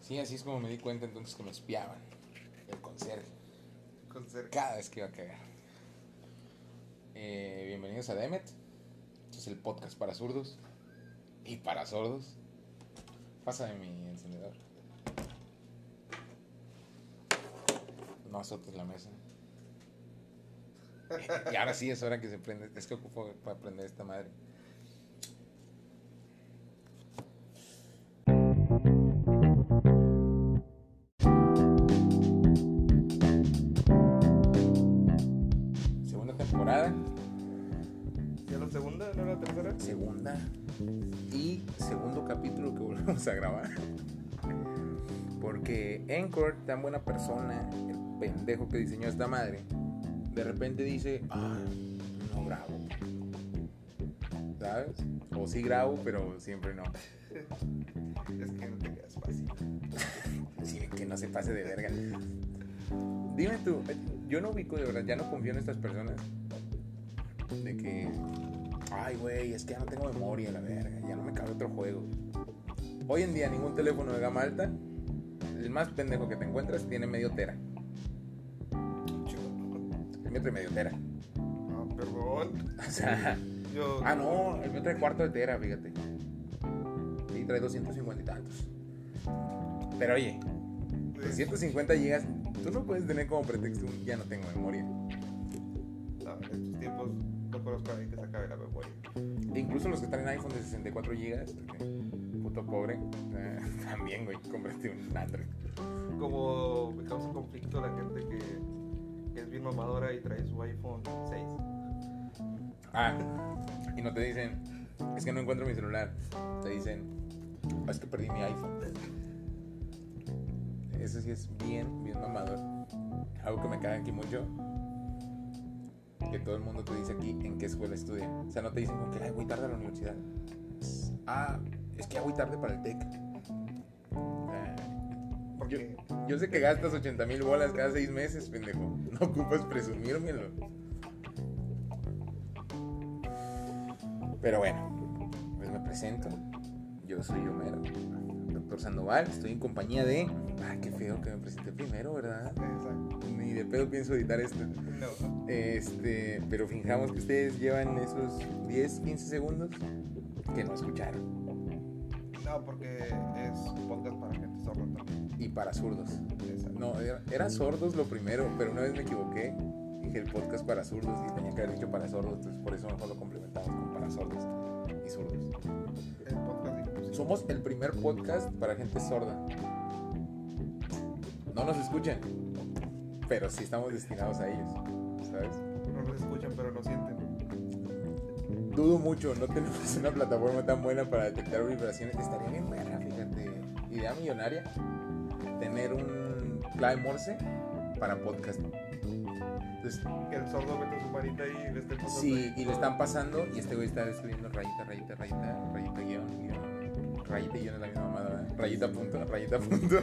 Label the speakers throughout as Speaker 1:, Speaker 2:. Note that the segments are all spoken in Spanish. Speaker 1: Sí, así es como me di cuenta entonces que me espiaban. El conserje.
Speaker 2: Con cerca.
Speaker 1: Cada vez que iba a cagar. Eh, bienvenidos a Demet. Este es el podcast para zurdos. Y para sordos. Pásame mi encendedor. No azotes la mesa. Y ahora sí es hora que se prende. Es que ocupo para prender esta madre. Segunda temporada.
Speaker 2: ¿Ya la segunda? ¿No la tercera?
Speaker 1: segunda y segundo capítulo que volvemos a grabar. Porque Anchor, tan buena persona, el pendejo que diseñó esta madre, de repente dice, ah, no grabo. ¿Sabes? O sí grabo, pero siempre no.
Speaker 2: Es que no te quedas fácil.
Speaker 1: Sí, que no se pase de verga. Dime tú, yo no ubico de verdad, ya no confío en estas personas. De que, ay, güey, es que ya no tengo memoria, la verga, ya no me cabe otro juego. Hoy en día, ningún teléfono de gama alta, el más pendejo que te encuentras, tiene medio tera.
Speaker 2: Chico.
Speaker 1: El mío trae medio tera.
Speaker 2: No, perdón.
Speaker 1: O sea,
Speaker 2: Yo.
Speaker 1: ah, no, el mío trae cuarto de tera, fíjate. Y trae 250 y tantos. Pero oye,
Speaker 2: eh,
Speaker 1: pues 150 gigas, tú no puedes tener como pretexto un ya no tengo memoria.
Speaker 2: no, en estos tiempos no conozco a nadie que se acabe la memoria.
Speaker 1: Incluso los que traen iPhone de 64 GB, porque este, puto pobre. eh, también, güey, cómprate un Android.
Speaker 2: Como me causa conflicto la gente que, que es bien mamadora y trae su iPhone 6.
Speaker 1: Ah, y no te dicen, es que no encuentro mi celular. Te dicen, "Ah, es que perdí mi iPhone. Eso sí es bien, bien mamador. Algo que me caga aquí mucho, que todo el mundo te dice aquí en qué escuela estudia. O sea, no te dicen como que, ay, voy tarde a la universidad. Es, Ah, es que ya voy tarde para el TEC. Ah, Yo-
Speaker 2: Porque
Speaker 1: Yo sé que gastas 80 mil bolas cada seis meses, pendejo. No ocupas presumírmelo. Pero bueno, pues me presento. Yo soy Homero, doctor Sandoval. Estoy en compañía de. Ah, qué feo que me presenté primero, ¿verdad?
Speaker 2: Exacto.
Speaker 1: Ni de pedo pienso editar esto.
Speaker 2: No.
Speaker 1: Este, pero fijamos que ustedes llevan esos 10, 15 segundos que no escucharon.
Speaker 2: No, porque es un podcast para gente sorda también.
Speaker 1: Y para zurdos.
Speaker 2: Exacto.
Speaker 1: No, era, era sordos lo primero, pero una vez me equivoqué. Dije el podcast para zurdos y tenía que haber dicho para sordos, entonces por eso mejor lo complementamos con para sordos y zurdos.
Speaker 2: El podcast inclusivo.
Speaker 1: Somos el primer podcast para gente sorda. No nos escuchan, pero sí estamos destinados a ellos, ¿sabes?
Speaker 2: No nos escuchan, pero no sienten.
Speaker 1: Dudo mucho, no tenemos una plataforma tan buena para detectar vibraciones. Estaría bien buena, fíjate. Idea millonaria. Tener un clave morse para podcast. Entonces,
Speaker 2: Que el sordo mete su manita y este le esté pasando.
Speaker 1: Sí,
Speaker 2: ahí.
Speaker 1: y lo están pasando y este güey está escribiendo rayita, rayita, rayita, rayita, guión, guión. Rayita y guión es la misma mamada, ¿verdad? Rayita, punto, rayita, punto.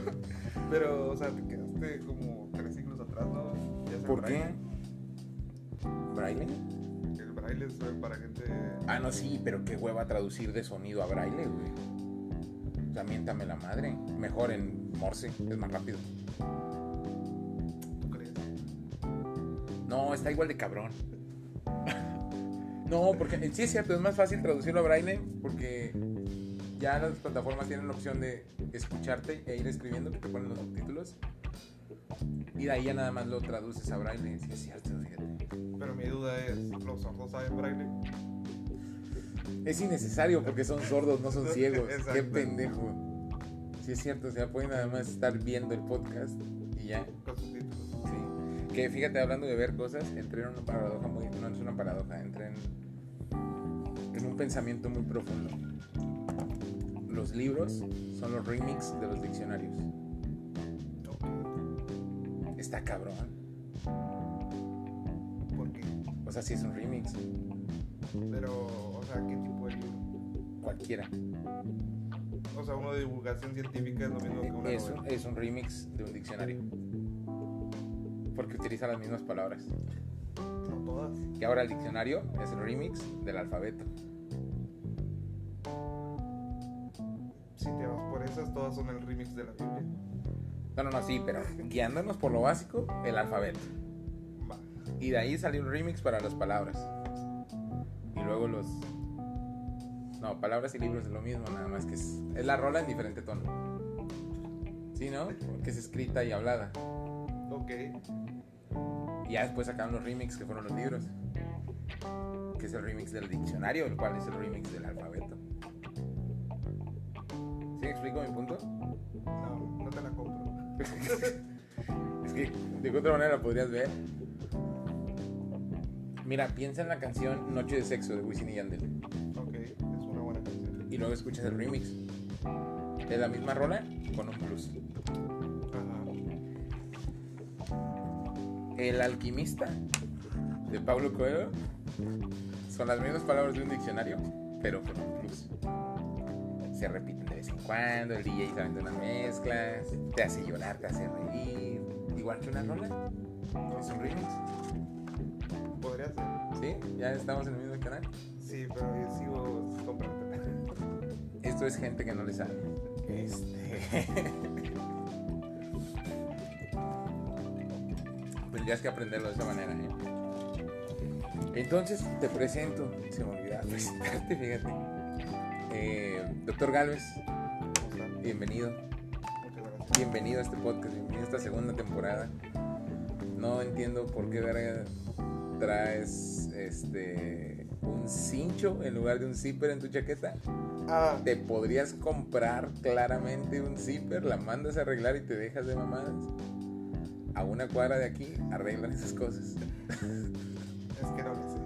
Speaker 2: Pero, o sea, te quedaste como tres siglos atrás, ¿no? Ya sea
Speaker 1: ¿Por qué?
Speaker 2: braille.
Speaker 1: ¿Braille?
Speaker 2: El braille es eh, para gente.
Speaker 1: Ah, no, sí, pero qué hueva traducir de sonido a braille, güey. O sea, miéntame la madre. Mejor en morse, es más rápido.
Speaker 2: ¿Tú crees?
Speaker 1: No, está igual de cabrón. No, porque eh, sí es cierto, es más fácil traducirlo a braille porque ya las plataformas tienen la opción de escucharte e ir escribiendo que te ponen los subtítulos. Y de ahí ya nada más lo traduces a braille, sí es cierto, fíjate.
Speaker 2: Pero mi duda es: ¿los sordos saben braille?
Speaker 1: Es innecesario porque son sordos, no son ciegos. Qué
Speaker 2: Exacto.
Speaker 1: pendejo. Sí es cierto, o sea, pueden nada más estar viendo el podcast y ya.
Speaker 2: Con sus títulos.
Speaker 1: Sí. Que fíjate, hablando de ver cosas, entré en una paradoja muy. No es una paradoja, entré en, en un pensamiento muy profundo. Los libros son los remix de los diccionarios.
Speaker 2: No.
Speaker 1: Está cabrón.
Speaker 2: ¿Por qué?
Speaker 1: O sea, sí es un remix,
Speaker 2: Pero, o sea, ¿qué tipo de libro?
Speaker 1: cualquiera.
Speaker 2: O sea, uno de divulgación científica es lo mismo que una
Speaker 1: Es un,
Speaker 2: novela.
Speaker 1: es un remix de un diccionario. Porque utiliza las mismas palabras.
Speaker 2: No todas.
Speaker 1: Y ahora el diccionario es el remix del alfabeto.
Speaker 2: Si te vas por ese esas todas son el remix de la Biblia.
Speaker 1: No, no, no, sí, pero guiándonos por lo básico, el alfabeto.
Speaker 2: Va.
Speaker 1: Y de ahí salió un remix para las palabras. Y luego los. No, palabras y libros es lo mismo, nada más que es, es la rola en diferente tono. ¿Sí, no? Porque es escrita y hablada.
Speaker 2: Ok.
Speaker 1: Y ya después sacaron los remix que fueron los libros. Que es el remix del diccionario, el cual es el remix del alfabeto. ¿Sí me explico mi punto?
Speaker 2: No, no te la compro.
Speaker 1: Es que de qué otra manera la podrías ver. Mira, piensa en la canción Noche de Sexo de Wisin y Yandel.
Speaker 2: Ok, es una buena canción.
Speaker 1: y luego escuchas el remix de la misma rola con un blues.
Speaker 2: Ajá.
Speaker 1: El alquimista de Pablo Coelho son las mismas palabras de un diccionario, pero con un blues. Se repiten de vez en cuando, el DJ también unas mezclas, te hace llorar, te hace reír. Igual que una rola, es un remix.
Speaker 2: Podría ser.
Speaker 1: ¿Sí? Ya estamos en el mismo canal.
Speaker 2: Sí, pero yo sigo sin comprarte.
Speaker 1: Esto es gente que no le sabe. Este. Tendrías que aprenderlo de esa manera, ¿eh? Entonces, te presento. Se me olvidaba presentarte, fíjate. Eh, Doctor Galvez,
Speaker 2: ¿Cómo está?
Speaker 1: bienvenido.
Speaker 2: Muchas gracias.
Speaker 1: Bienvenido a este podcast, bienvenido a esta segunda temporada. No entiendo por qué verga traes este un cincho en lugar de un zipper en tu chaqueta.
Speaker 2: Ah,
Speaker 1: Te podrías comprar claramente un zipper, la mandas a arreglar y te dejas de mamadas. A una cuadra de aquí arreglan esas cosas.
Speaker 2: es que no le sé.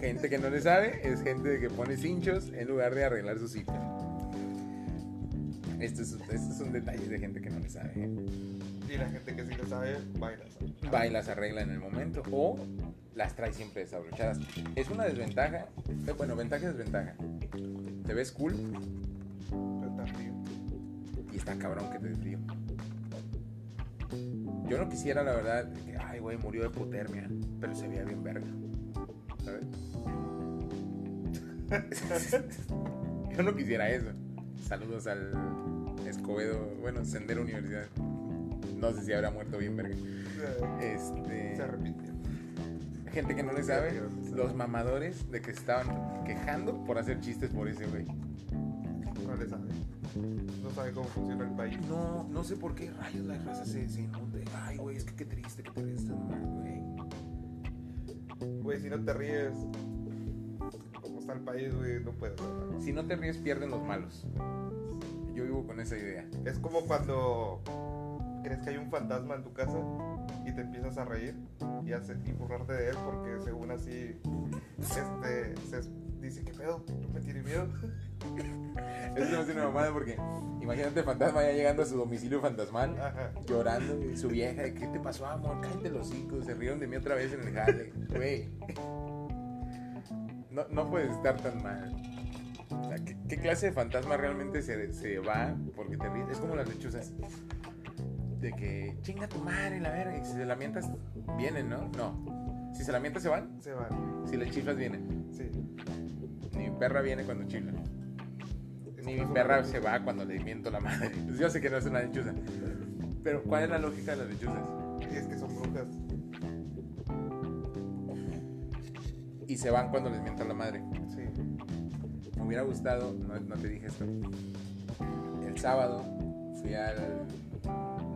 Speaker 1: Gente que no le sabe es gente que pone cinchos en lugar de arreglar su zipper. Esto es, estos son detalles de gente que no le sabe. ¿eh?
Speaker 2: Y la gente que sí lo sabe, baila. ¿sabes?
Speaker 1: Va y las arregla en el momento o las trae siempre desabrochadas. Es una desventaja, eh, bueno, ventaja y desventaja. Te ves cool
Speaker 2: Pero también.
Speaker 1: y está cabrón que te dé frío. Yo no quisiera, la verdad, que, ay, güey, murió de hipotermia, pero se veía bien verga. ¿Sabes? Yo no quisiera eso. Saludos al Escobedo, bueno, Sendero Universidad. No sé si habrá muerto bien verga.
Speaker 2: Se,
Speaker 1: Este,
Speaker 2: se arrepintió.
Speaker 1: gente que no le sabe, los mamadores de que estaban quejando por hacer chistes por ese güey.
Speaker 2: No le sabe. No sabe cómo funciona el país.
Speaker 1: No, no sé por qué rayos la raza se, se inunda. Ay, güey, es que qué triste que te veas tan mal, güey.
Speaker 2: Güey, si no te ríes, como está el país, güey, no puedes. ¿verdad?
Speaker 1: Si no te ríes, pierden los malos. Yo vivo con esa idea.
Speaker 2: Es como cuando crees que hay un fantasma en tu casa y te empiezas a reír y, hace, y burlarte de él porque según así, este, se es- dice, ¿qué pedo? ¿No me tiene miedo?
Speaker 1: Eso no es una mamada porque imagínate el fantasma ya llegando a su domicilio fantasmal,
Speaker 2: Ajá.
Speaker 1: llorando, y su vieja, ¿qué te pasó, amor? Cállate los hijos, se rieron de mí otra vez en el jale, güey. No, no puedes estar tan mal. O sea, ¿qué, qué clase de fantasma realmente se, se va porque te ríes? Es como las lechuzas. De que chinga tu madre, la verga. Y si se la mientas, vienen, ¿no? No. Si se la mientas, se van.
Speaker 2: Se van.
Speaker 1: Si le chiflas, vienen.
Speaker 2: Sí.
Speaker 1: Ni mi perra viene cuando chifla.
Speaker 2: Es
Speaker 1: Ni
Speaker 2: una
Speaker 1: mi perra
Speaker 2: sola-
Speaker 1: se va cuando le miento la madre. Pues yo sé que no es una lechuza. Pero, ¿cuál es la lógica de las lechuzas?
Speaker 2: Y es que son brujas.
Speaker 1: Y se van cuando les mientan la madre.
Speaker 2: Sí.
Speaker 1: Me hubiera gustado, no, no te dije esto. El sábado fui a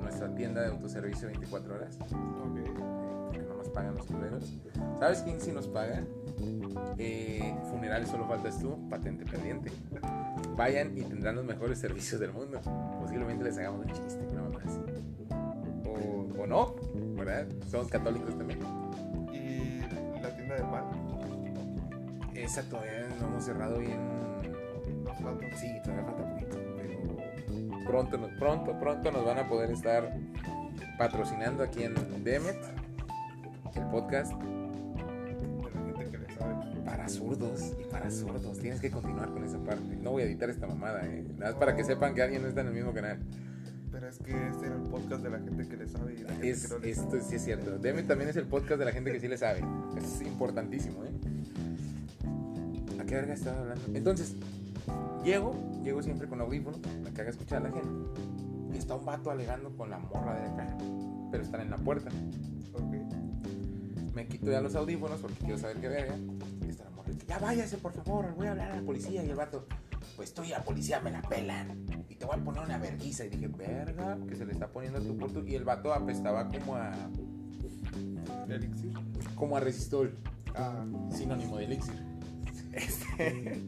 Speaker 1: nuestra tienda de autoservicio 24 horas. eh,
Speaker 2: Ok.
Speaker 1: Porque no nos pagan los culeros. ¿Sabes quién sí nos paga? Eh, funerales solo faltas tú, patente pendiente. Vayan y tendrán los mejores servicios del mundo. Posiblemente les hagamos un chiste, no más. O, o no, ¿verdad? Somos católicos también.
Speaker 2: Y la tienda de pan,
Speaker 1: Esa todavía no hemos cerrado bien.
Speaker 2: los platos.
Speaker 1: Sí, todavía falta poquito, pero pronto, nos- pronto, pronto nos van a poder estar patrocinando aquí en Demet, el podcast.
Speaker 2: de la gente que le sabe.
Speaker 1: Para zurdos y para zurdos. Tienes que continuar con esa parte. No voy a editar esta mamada, ¿eh? Nada más para que sepan que alguien no está en el mismo canal.
Speaker 2: Pero es que este era el podcast de la gente que le sabe y la gente
Speaker 1: Es,
Speaker 2: que no le sabe.
Speaker 1: esto sí es cierto. Deme también es el podcast de la gente que sí le sabe. Eso es importantísimo, ¿eh? ¿A qué verga estaba hablando? Entonces, Llego, llego siempre con audífono, me caga escuchar a la gente. Y está un vato alegando con la morra de acá, pero están en la puerta.
Speaker 2: Ok.
Speaker 1: Me quito ya los audífonos porque quiero saber qué verga. Y está la morra, ya váyase por favor, voy a hablar a la policía. Y el vato, pues tú y la policía me la pelan. Y te voy a poner una vergüenza. Y dije, verga, que se le está poniendo a tu por tu-". Y el vato apestaba como a,
Speaker 2: Elixir.
Speaker 1: como a resistol.
Speaker 2: Ah,
Speaker 1: sinónimo de elixir. Este,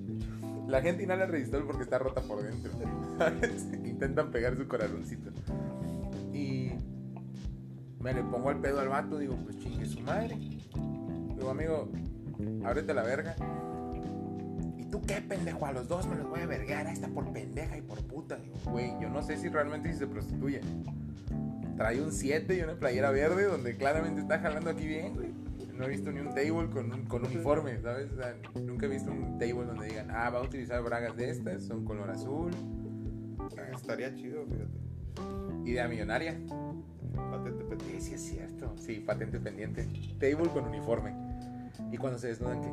Speaker 1: la gente inhala resistol porque está rota por dentro. ¿sabes? Intentan pegar su corazoncito. Y me le pongo al pedo al vato, digo, pues chingue su madre. Digo, amigo, ábrete la verga. ¿Y tú qué, pendejo? A los dos me los voy a vergar a esta por pendeja y por puta. Digo, güey, yo no sé si realmente si se prostituye. Trae un 7 y una playera verde donde claramente está jalando aquí bien, güey. No he visto ni un table con, un- con uniforme, ¿sabes? O sea, nunca he visto un table donde digan, ah, va a utilizar bragas de estas, son color azul,
Speaker 2: estaría chido, fíjate.
Speaker 1: idea millonaria.
Speaker 2: Patente pendiente.
Speaker 1: Sí, sí es cierto. Sí, patente pendiente. Table con uniforme. Y cuando se desnudan, ¿qué?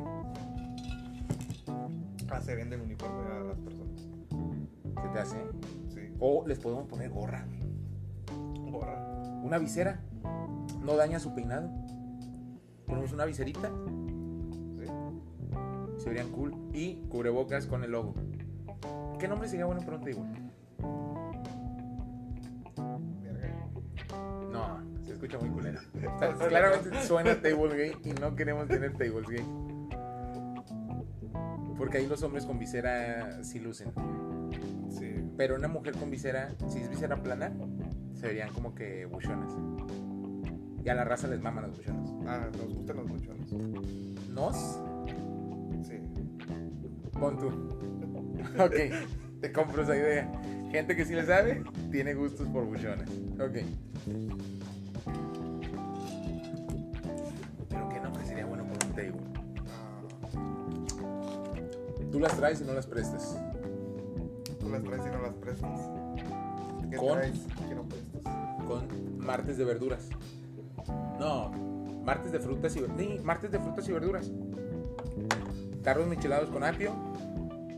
Speaker 2: Ah, se venden uniforme a las personas.
Speaker 1: ¿Qué te hace?
Speaker 2: Sí.
Speaker 1: O les podemos poner gorra, güey.
Speaker 2: Gorra.
Speaker 1: una visera. No daña su peinado. Ponemos una viserita,
Speaker 2: Sí.
Speaker 1: se verían cool. Y cubrebocas con el logo. ¿Qué nombre sería bueno para un table?
Speaker 2: Verga.
Speaker 1: No, se escucha muy culero. O sea, Claramente suena table gay y no queremos tener tables gay. Porque ahí los hombres con visera sí lucen.
Speaker 2: Sí.
Speaker 1: Pero una mujer con visera, si es visera plana, se verían como que buchonas. Y a la raza les maman las buchonas.
Speaker 2: Ah, nos gustan los buchones.
Speaker 1: Nos,
Speaker 2: Sí.
Speaker 1: pon tú. Ok, te compro esa idea. Gente que sí le sabe, tiene gustos por buchones. Ok. Pero qué nombre sería bueno para un table.
Speaker 2: Ah,
Speaker 1: Tú las traes y no las prestas.
Speaker 2: tú las traes y no las prestas. ¿Qué
Speaker 1: Con-
Speaker 2: traes que no prestas?
Speaker 1: Con martes de verduras. No, martes de frutas y verduras. martes de frutas y verduras. Tarros michelados con apio,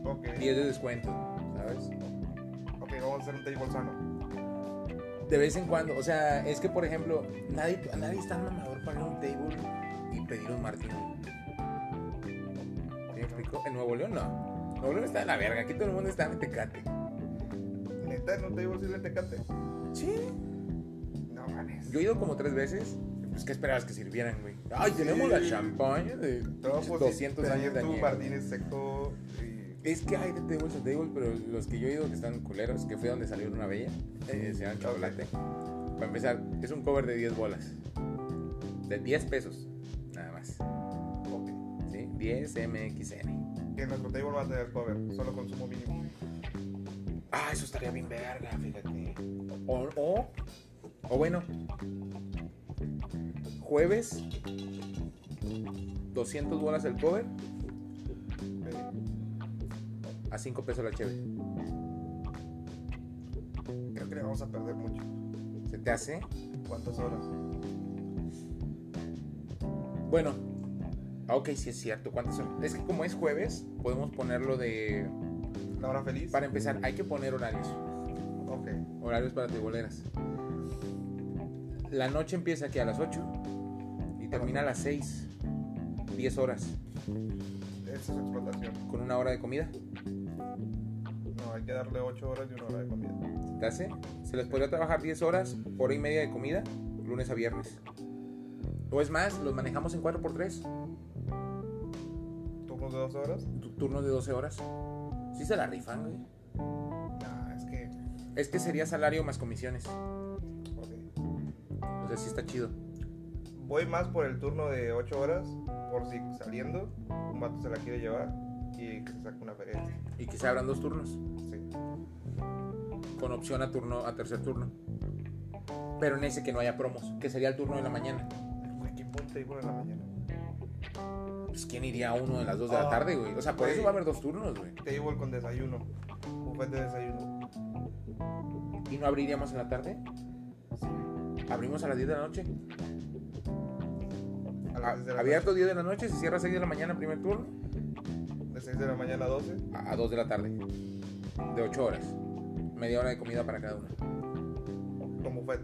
Speaker 2: Ok.
Speaker 1: 10 de descuento, ¿sabes?
Speaker 2: Ok, vamos a hacer un table sano.
Speaker 1: De vez en cuando, o sea, es que por ejemplo, nadie, nadie es tan mamador para ir a un table y pedir un martini. ¿Me explico? En Nuevo León no. Nuevo León está en la verga, aquí todo el mundo está en Tecate.
Speaker 2: Neta, en un table sirven tecate.
Speaker 1: Sí.
Speaker 2: No mames.
Speaker 1: Yo he ido como tres veces. Pues, ¿qué esperabas que sirvieran, güey? Ay, tenemos
Speaker 2: Sí.
Speaker 1: la champaña de
Speaker 2: No, pues, sí,
Speaker 1: 200
Speaker 2: pero
Speaker 1: años
Speaker 2: ayer
Speaker 1: de
Speaker 2: tuvo
Speaker 1: añejo.
Speaker 2: Martínez seco y.
Speaker 1: Es que hay de tables a tables, pero los que yo he ido que están culeros, que fue donde salió una bella, eh, se llaman Chocolate. Para empezar, es un cover de 10 bolas. De 10 pesos, nada más.
Speaker 2: Ok.
Speaker 1: ¿Sí? 10 MXN.
Speaker 2: Que nuestro table va a tener cover, solo consumo mínimo.
Speaker 1: Ah, eso estaría bien verga, fíjate. O, o, o bueno, jueves, 200 bolas el cover,
Speaker 2: Ok.
Speaker 1: a 5 pesos la cheve.
Speaker 2: Creo que le vamos a perder mucho.
Speaker 1: ¿Se te hace?
Speaker 2: ¿Cuántas horas?
Speaker 1: Bueno, ah, ok, sí es cierto. ¿Cuántas horas? Es que como es jueves, podemos ponerlo de.
Speaker 2: ¿La hora feliz?
Speaker 1: Para empezar, hay que poner horarios.
Speaker 2: Ok.
Speaker 1: Horarios para teboleras. La noche empieza aquí a las 8 y termina a las 6. 10 horas
Speaker 2: Esa es explotación.
Speaker 1: con una hora de comida.
Speaker 2: No, hay que darle 8 horas y una hora de comida.
Speaker 1: ¿Se te hace? Se les podría trabajar 10 horas, hora y media de comida, lunes a viernes. O es más, los manejamos en 4x3,
Speaker 2: ¿Turnos de 2 horas?
Speaker 1: tu- turnos de 12 horas. Sí se la rifan, güey.
Speaker 2: Nah, es que.
Speaker 1: Es que sería salario más comisiones.
Speaker 2: Ok.
Speaker 1: O sea, sí está chido.
Speaker 2: Voy más por el turno de 8 horas, por si saliendo, un vato se la quiere llevar y que se saque una feria.
Speaker 1: Y quizá habrán dos turnos,
Speaker 2: Sí.
Speaker 1: con opción a turno, a tercer turno. Pero en ese que no haya promos, que sería el turno de la mañana.
Speaker 2: Güey, ¿Qué pon table en la mañana?
Speaker 1: Pues quién iría a uno de las dos de la
Speaker 2: Ah,
Speaker 1: tarde, güey. O sea, por
Speaker 2: güey.
Speaker 1: eso va a haber dos turnos, güey.
Speaker 2: Table con desayuno. Buffet de desayuno.
Speaker 1: ¿Y no abriríamos en la tarde? Abrimos a las 10 de la noche.
Speaker 2: A las 10 de la
Speaker 1: Ah, Abierto 10 de la noche, se cierra a 6 de la mañana primer turno.
Speaker 2: noche. 6 de la mañana a 12.
Speaker 1: a 2 de la tarde. De 8 horas. Media hora de comida para cada uno.
Speaker 2: Con buffet.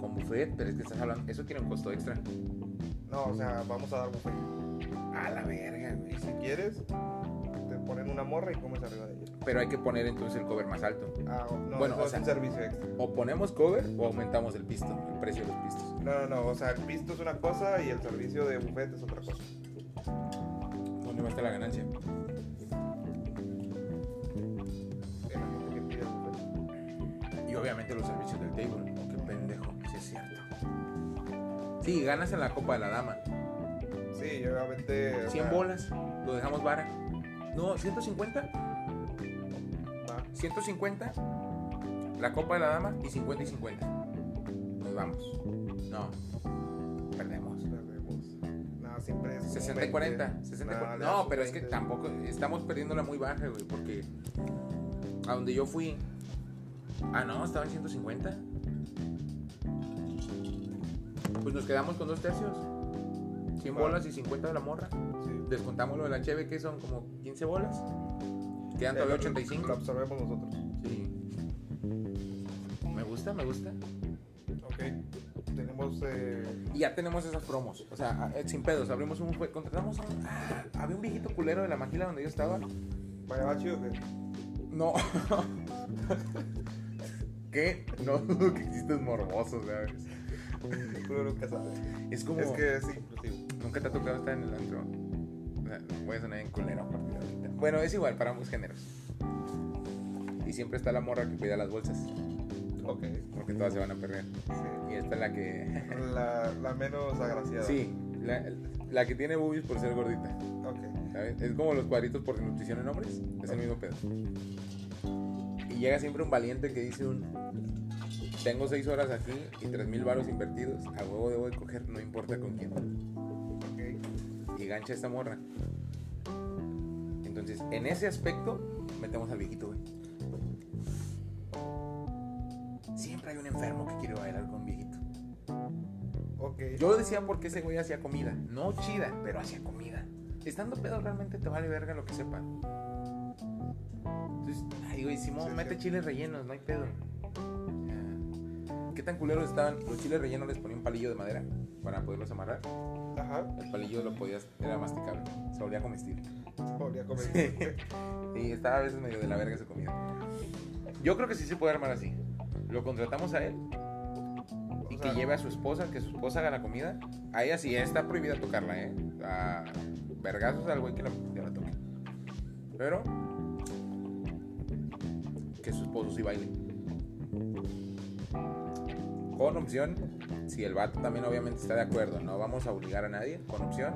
Speaker 1: Con buffet, pero es que estás hablando. Eso tiene un costo extra.
Speaker 2: No, o
Speaker 1: Mm.
Speaker 2: sea, vamos a dar buffet.
Speaker 1: A la verga, güey.
Speaker 2: Y si quieres, te ponen una morra y comes arriba de ella.
Speaker 1: Pero hay que poner entonces el cover más alto.
Speaker 2: Ah, no,
Speaker 1: Bueno,
Speaker 2: eso
Speaker 1: o
Speaker 2: es
Speaker 1: sea-
Speaker 2: un servicio extra.
Speaker 1: O ponemos cover o aumentamos el pisto, el precio de los pistos.
Speaker 2: No, no, no, o sea, el pisto es una cosa y el servicio de buffet es otra cosa.
Speaker 1: ¿Dónde va a estar la ganancia?
Speaker 2: En la gente que pide buffet.
Speaker 1: Y obviamente los servicios del table. Oh, Qué pendejo, sí es cierto. Sí, ganas en la copa de la dama.
Speaker 2: Sí, y obviamente. o
Speaker 1: 100
Speaker 2: sea,
Speaker 1: bolas, lo dejamos vara. No, 150,
Speaker 2: va.
Speaker 1: 150, la copa de la dama y 50 y 50. Nos vamos. No, perdemos.
Speaker 2: Perdemos. No, siempre es. como
Speaker 1: 60 y
Speaker 2: 20.
Speaker 1: 40, 60 y
Speaker 2: Nah,
Speaker 1: 40.
Speaker 2: le das
Speaker 1: No,
Speaker 2: un
Speaker 1: pero es que
Speaker 2: 20.
Speaker 1: tampoco estamos perdiéndola muy baja, güey, porque a donde yo fui Ah, no, estaban 150. Pues nos quedamos con dos tercios. 100
Speaker 2: Va.
Speaker 1: bolas y 50 de la morra.
Speaker 2: Sí. Eh,
Speaker 1: Descontamos lo de la cheve que son como 15 bolas. Quedan todavía
Speaker 2: Lo- Lo
Speaker 1: 85.
Speaker 2: absorbemos nosotros.
Speaker 1: Sí. Me gusta, me gusta.
Speaker 2: Ok. Tenemos. Eh,
Speaker 1: Y ya tenemos esas promos. O sea, a- eh, sin pedos, abrimos un bufet. Contratamos a un. ah, había un viejito culero de la maquila donde yo estaba.
Speaker 2: Bayabachi o qué?
Speaker 1: No. ¿Qué? No dudo que existes morboso, ¿sabes?
Speaker 2: Tú nunca sabes.
Speaker 1: Es como.
Speaker 2: Es que es inclusivo.
Speaker 1: Nunca te ha tocado estar en el antro. O sea, voy a sonar en culero a partir de ahorita. Bueno, es igual para ambos géneros. Y siempre está la morra que cuida las bolsas.
Speaker 2: Ok.
Speaker 1: Porque todas se van a perder.
Speaker 2: Sí.
Speaker 1: Y esta es la que.
Speaker 2: La, la menos agraciada.
Speaker 1: Sí, la, la que tiene boobies por ser gordita.
Speaker 2: Ok.
Speaker 1: ¿sabes? Es como los cuadritos por nutrición en hombres. Es el mismo pedo. Y llega siempre un valiente que dice un. Tengo seis horas aquí y tres mil varos invertidos. A huevo debo de coger, no importa con quién.
Speaker 2: Ok.
Speaker 1: y gancha esta morra. Entonces, en ese aspecto, metemos al viejito, güey. Siempre hay un enfermo que quiere bailar con un viejito.
Speaker 2: Ok.
Speaker 1: Yo decía porque ese güey hacía comida. No chida, pero hacía comida. Estando pedo realmente te vale verga lo que sepa. Entonces, ay, güey, Simón,
Speaker 2: Sí, es
Speaker 1: mete
Speaker 2: cierto.
Speaker 1: chiles rellenos, no hay pedo. O sea, ¿Qué tan culeros estaban? Los chiles rellenos les ponía un palillo de madera para poderlos amarrar.
Speaker 2: Ajá.
Speaker 1: El palillo lo podías, era masticable, se volvía comestible.
Speaker 2: Podría comer.
Speaker 1: Y estaba a veces medio de la verga su comida. Yo creo que sí se puede armar así. Lo contratamos a él
Speaker 2: O
Speaker 1: y
Speaker 2: sea,
Speaker 1: que lleve a su esposa, que su esposa haga la comida. A ella sí está prohibida tocarla, ¿eh? A vergazos al güey que la, que la toque. Pero que su esposo sí baile. Con opción, si el vato también obviamente está de acuerdo, no vamos a obligar a nadie. Con opción,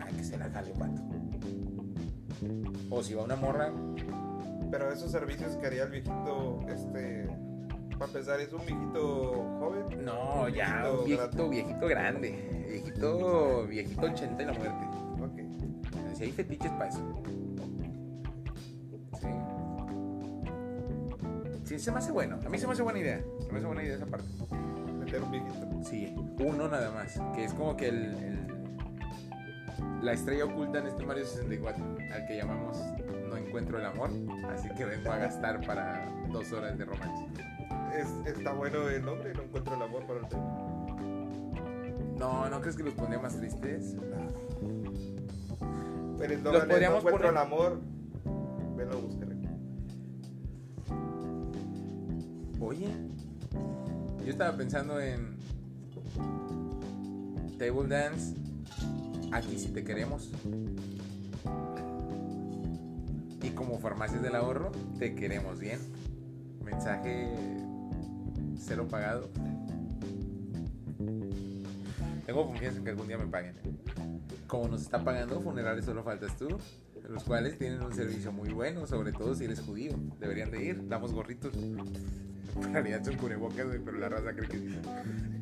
Speaker 1: a que se la jale un vato. O si va una morra,
Speaker 2: Pero esos servicios que haría el viejito, este. Para empezar, es un viejito joven.
Speaker 1: No, ya, un viejito, viejito grande. Viejito, viejito 80 y la muerte.
Speaker 2: Ok.
Speaker 1: Si hay fetiches para eso. Sí. Sí, se me hace bueno. A mí se me hace buena idea. Se me hace buena idea esa parte.
Speaker 2: Meter un viejito.
Speaker 1: Sí, uno nada más. Que es como que el, el- la estrella oculta en este Mario 64, al que llamamos No Encuentro el Amor. Así que vengo a gastar para dos horas de romance.
Speaker 2: Es, está bueno el nombre, no encuentro el amor para el tema.
Speaker 1: No, ¿no crees que los pondría más tristes?
Speaker 2: Pero el
Speaker 1: Los
Speaker 2: nombre
Speaker 1: podríamos
Speaker 2: no encuentro
Speaker 1: poner-
Speaker 2: el amor. Venlo, búsquenlo.
Speaker 1: Oye, yo estaba pensando en Table Dance. Aquí si te queremos. Y como farmacias del ahorro, te queremos bien. Mensaje cero pagado. Tengo confianza en que algún día me paguen. ¿eh? Como nos está pagando, funerales solo faltas tú. Los cuales tienen un servicio muy bueno, sobre todo si eres judío. Deberían de ir, damos gorritos. En realidad son cubrebocas, güey, pero la raza cree que sí.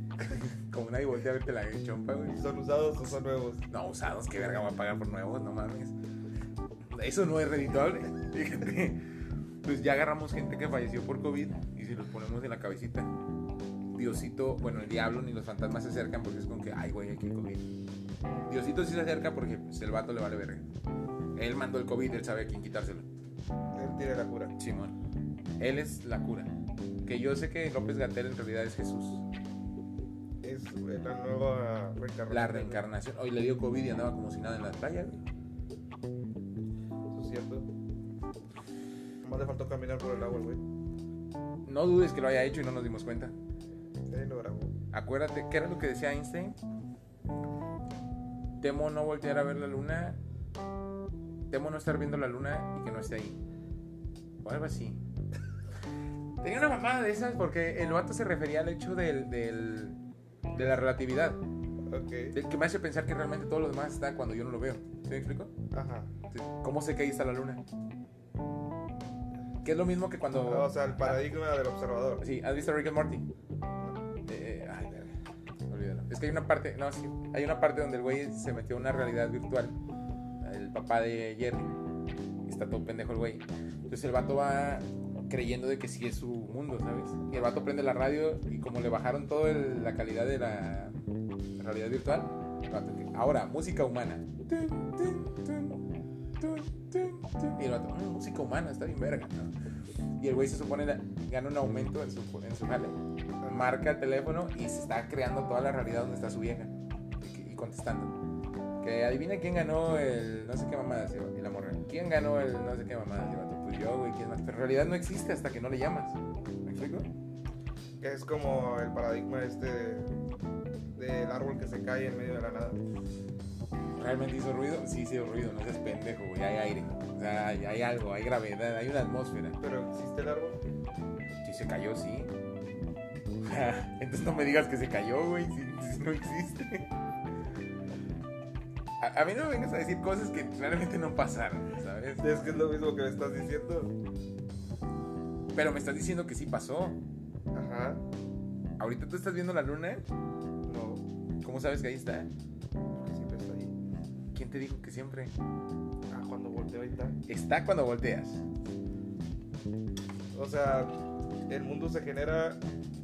Speaker 1: Como nadie voltea a verte la chompa, güey.
Speaker 2: ¿Son usados o son nuevos?
Speaker 1: No, usados, qué verga voy a pagar por nuevos, no mames. Eso no es redituable. Fíjate. Pues ya agarramos gente que falleció por COVID y si los ponemos en la cabecita. Diosito, bueno, el diablo ni los fantasmas se acercan porque es con que, ay, güey, aquí hay COVID. Diosito sí se acerca porque pues, el vato le vale verga. Él mandó el COVID, él sabe a quién quitárselo.
Speaker 2: Él tiene la cura.
Speaker 1: Simón. Él es la cura. Que yo sé que López Gatel en realidad es Jesús.
Speaker 2: Es la nueva reencarnación.
Speaker 1: La reencarnación. Hoy le dio COVID y andaba como si nada en la playa. güey.
Speaker 2: Eso es cierto. Nomás le faltó caminar por el agua, güey.
Speaker 1: No dudes que lo haya hecho y no nos dimos cuenta.
Speaker 2: Él lo grabó.
Speaker 1: Acuérdate, ¿qué era lo que decía Einstein? Temo no voltear a ver la luna. Temo no estar viendo la luna y que no esté ahí. O algo así. Tenía una mamada de esas porque el vato se refería al hecho del, del- de la relatividad.
Speaker 2: Ok.
Speaker 1: Del que me hace pensar que realmente todo lo demás está cuando yo no lo veo. ¿Sí me explico?
Speaker 2: Ajá.
Speaker 1: ¿Cómo sé que ahí está la luna? Que es lo mismo que cuando...
Speaker 2: O sea, el paradigma del observador.
Speaker 1: Sí, ¿has visto Rick and Morty? Eh, ay, verga, olvídalo. Es que hay una parte, no, sí, hay una parte donde el güey se metió a una realidad virtual. El papá de Jerry. Está todo pendejo el güey. Entonces el vato va creyendo de que sí es su mundo, ¿sabes? Y el vato prende la radio y como le bajaron toda la calidad de la realidad virtual, el vato que, ahora, música humana. Tun, tun, tun, tun, tun, tun. Y el vato, "Mm, música humana, está bien verga. ¿no? Y el güey se supone la- gana un aumento en su, en su jale. Marca el teléfono y se está creando toda la realidad donde está su vieja. Y, que- y contestando. Que adivina quién ganó el no sé qué mamada, se va- y la morra. ¿Quién ganó el no sé qué mamada? se va, Pues yo, güey, ¿quién más? Pero en realidad no existe hasta que no le llamas. ¿Me explico?
Speaker 2: Que es como el paradigma este del árbol que se cae en medio de la nada.
Speaker 1: ¿Realmente hizo ruido? Sí, hizo ruido, no seas pendejo, güey. Hay aire. O sea, hay, hay algo, hay gravedad, hay una atmósfera.
Speaker 2: Pero existe el árbol.
Speaker 1: Si se cayó, sí. O sea, Entonces no me digas que se cayó, güey, si, si no existe. A, a mí no me vengas a decir cosas que claramente no pasaron, ¿sabes?
Speaker 2: Es que es lo mismo que me estás diciendo.
Speaker 1: Pero me estás diciendo que sí pasó.
Speaker 2: Ajá.
Speaker 1: Ahorita tú estás viendo la luna,
Speaker 2: No.
Speaker 1: ¿cómo sabes que ahí está?
Speaker 2: Porque siempre está ahí.
Speaker 1: ¿Quién te dijo que siempre?
Speaker 2: Ah, cuando volteo ahí está.
Speaker 1: Está cuando volteas.
Speaker 2: O sea, el mundo se genera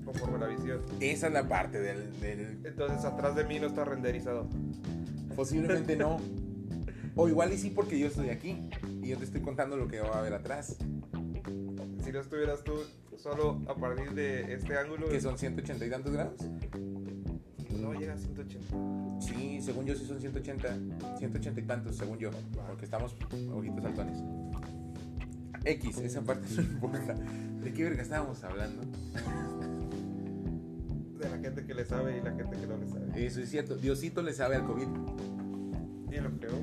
Speaker 2: conforme la visión.
Speaker 1: Esa es la parte del... del-
Speaker 2: Entonces atrás de mí no está renderizado.
Speaker 1: Posiblemente no. O igual y sí porque yo estoy aquí y yo te estoy contando lo que va a haber atrás,
Speaker 2: Si no estuvieras tú solo a partir de este ángulo,
Speaker 1: que son 180 y tantos grados.
Speaker 2: no llega a 180.
Speaker 1: Sí, según yo sí son 180, 180 y tantos, según yo, porque estamos ojitos saltones. X, esa parte no importa. ¿De qué verga estábamos hablando?
Speaker 2: De la gente que le sabe y la gente que no le sabe.
Speaker 1: Eso es cierto, Diosito le sabe al COVID
Speaker 2: Y lo creo.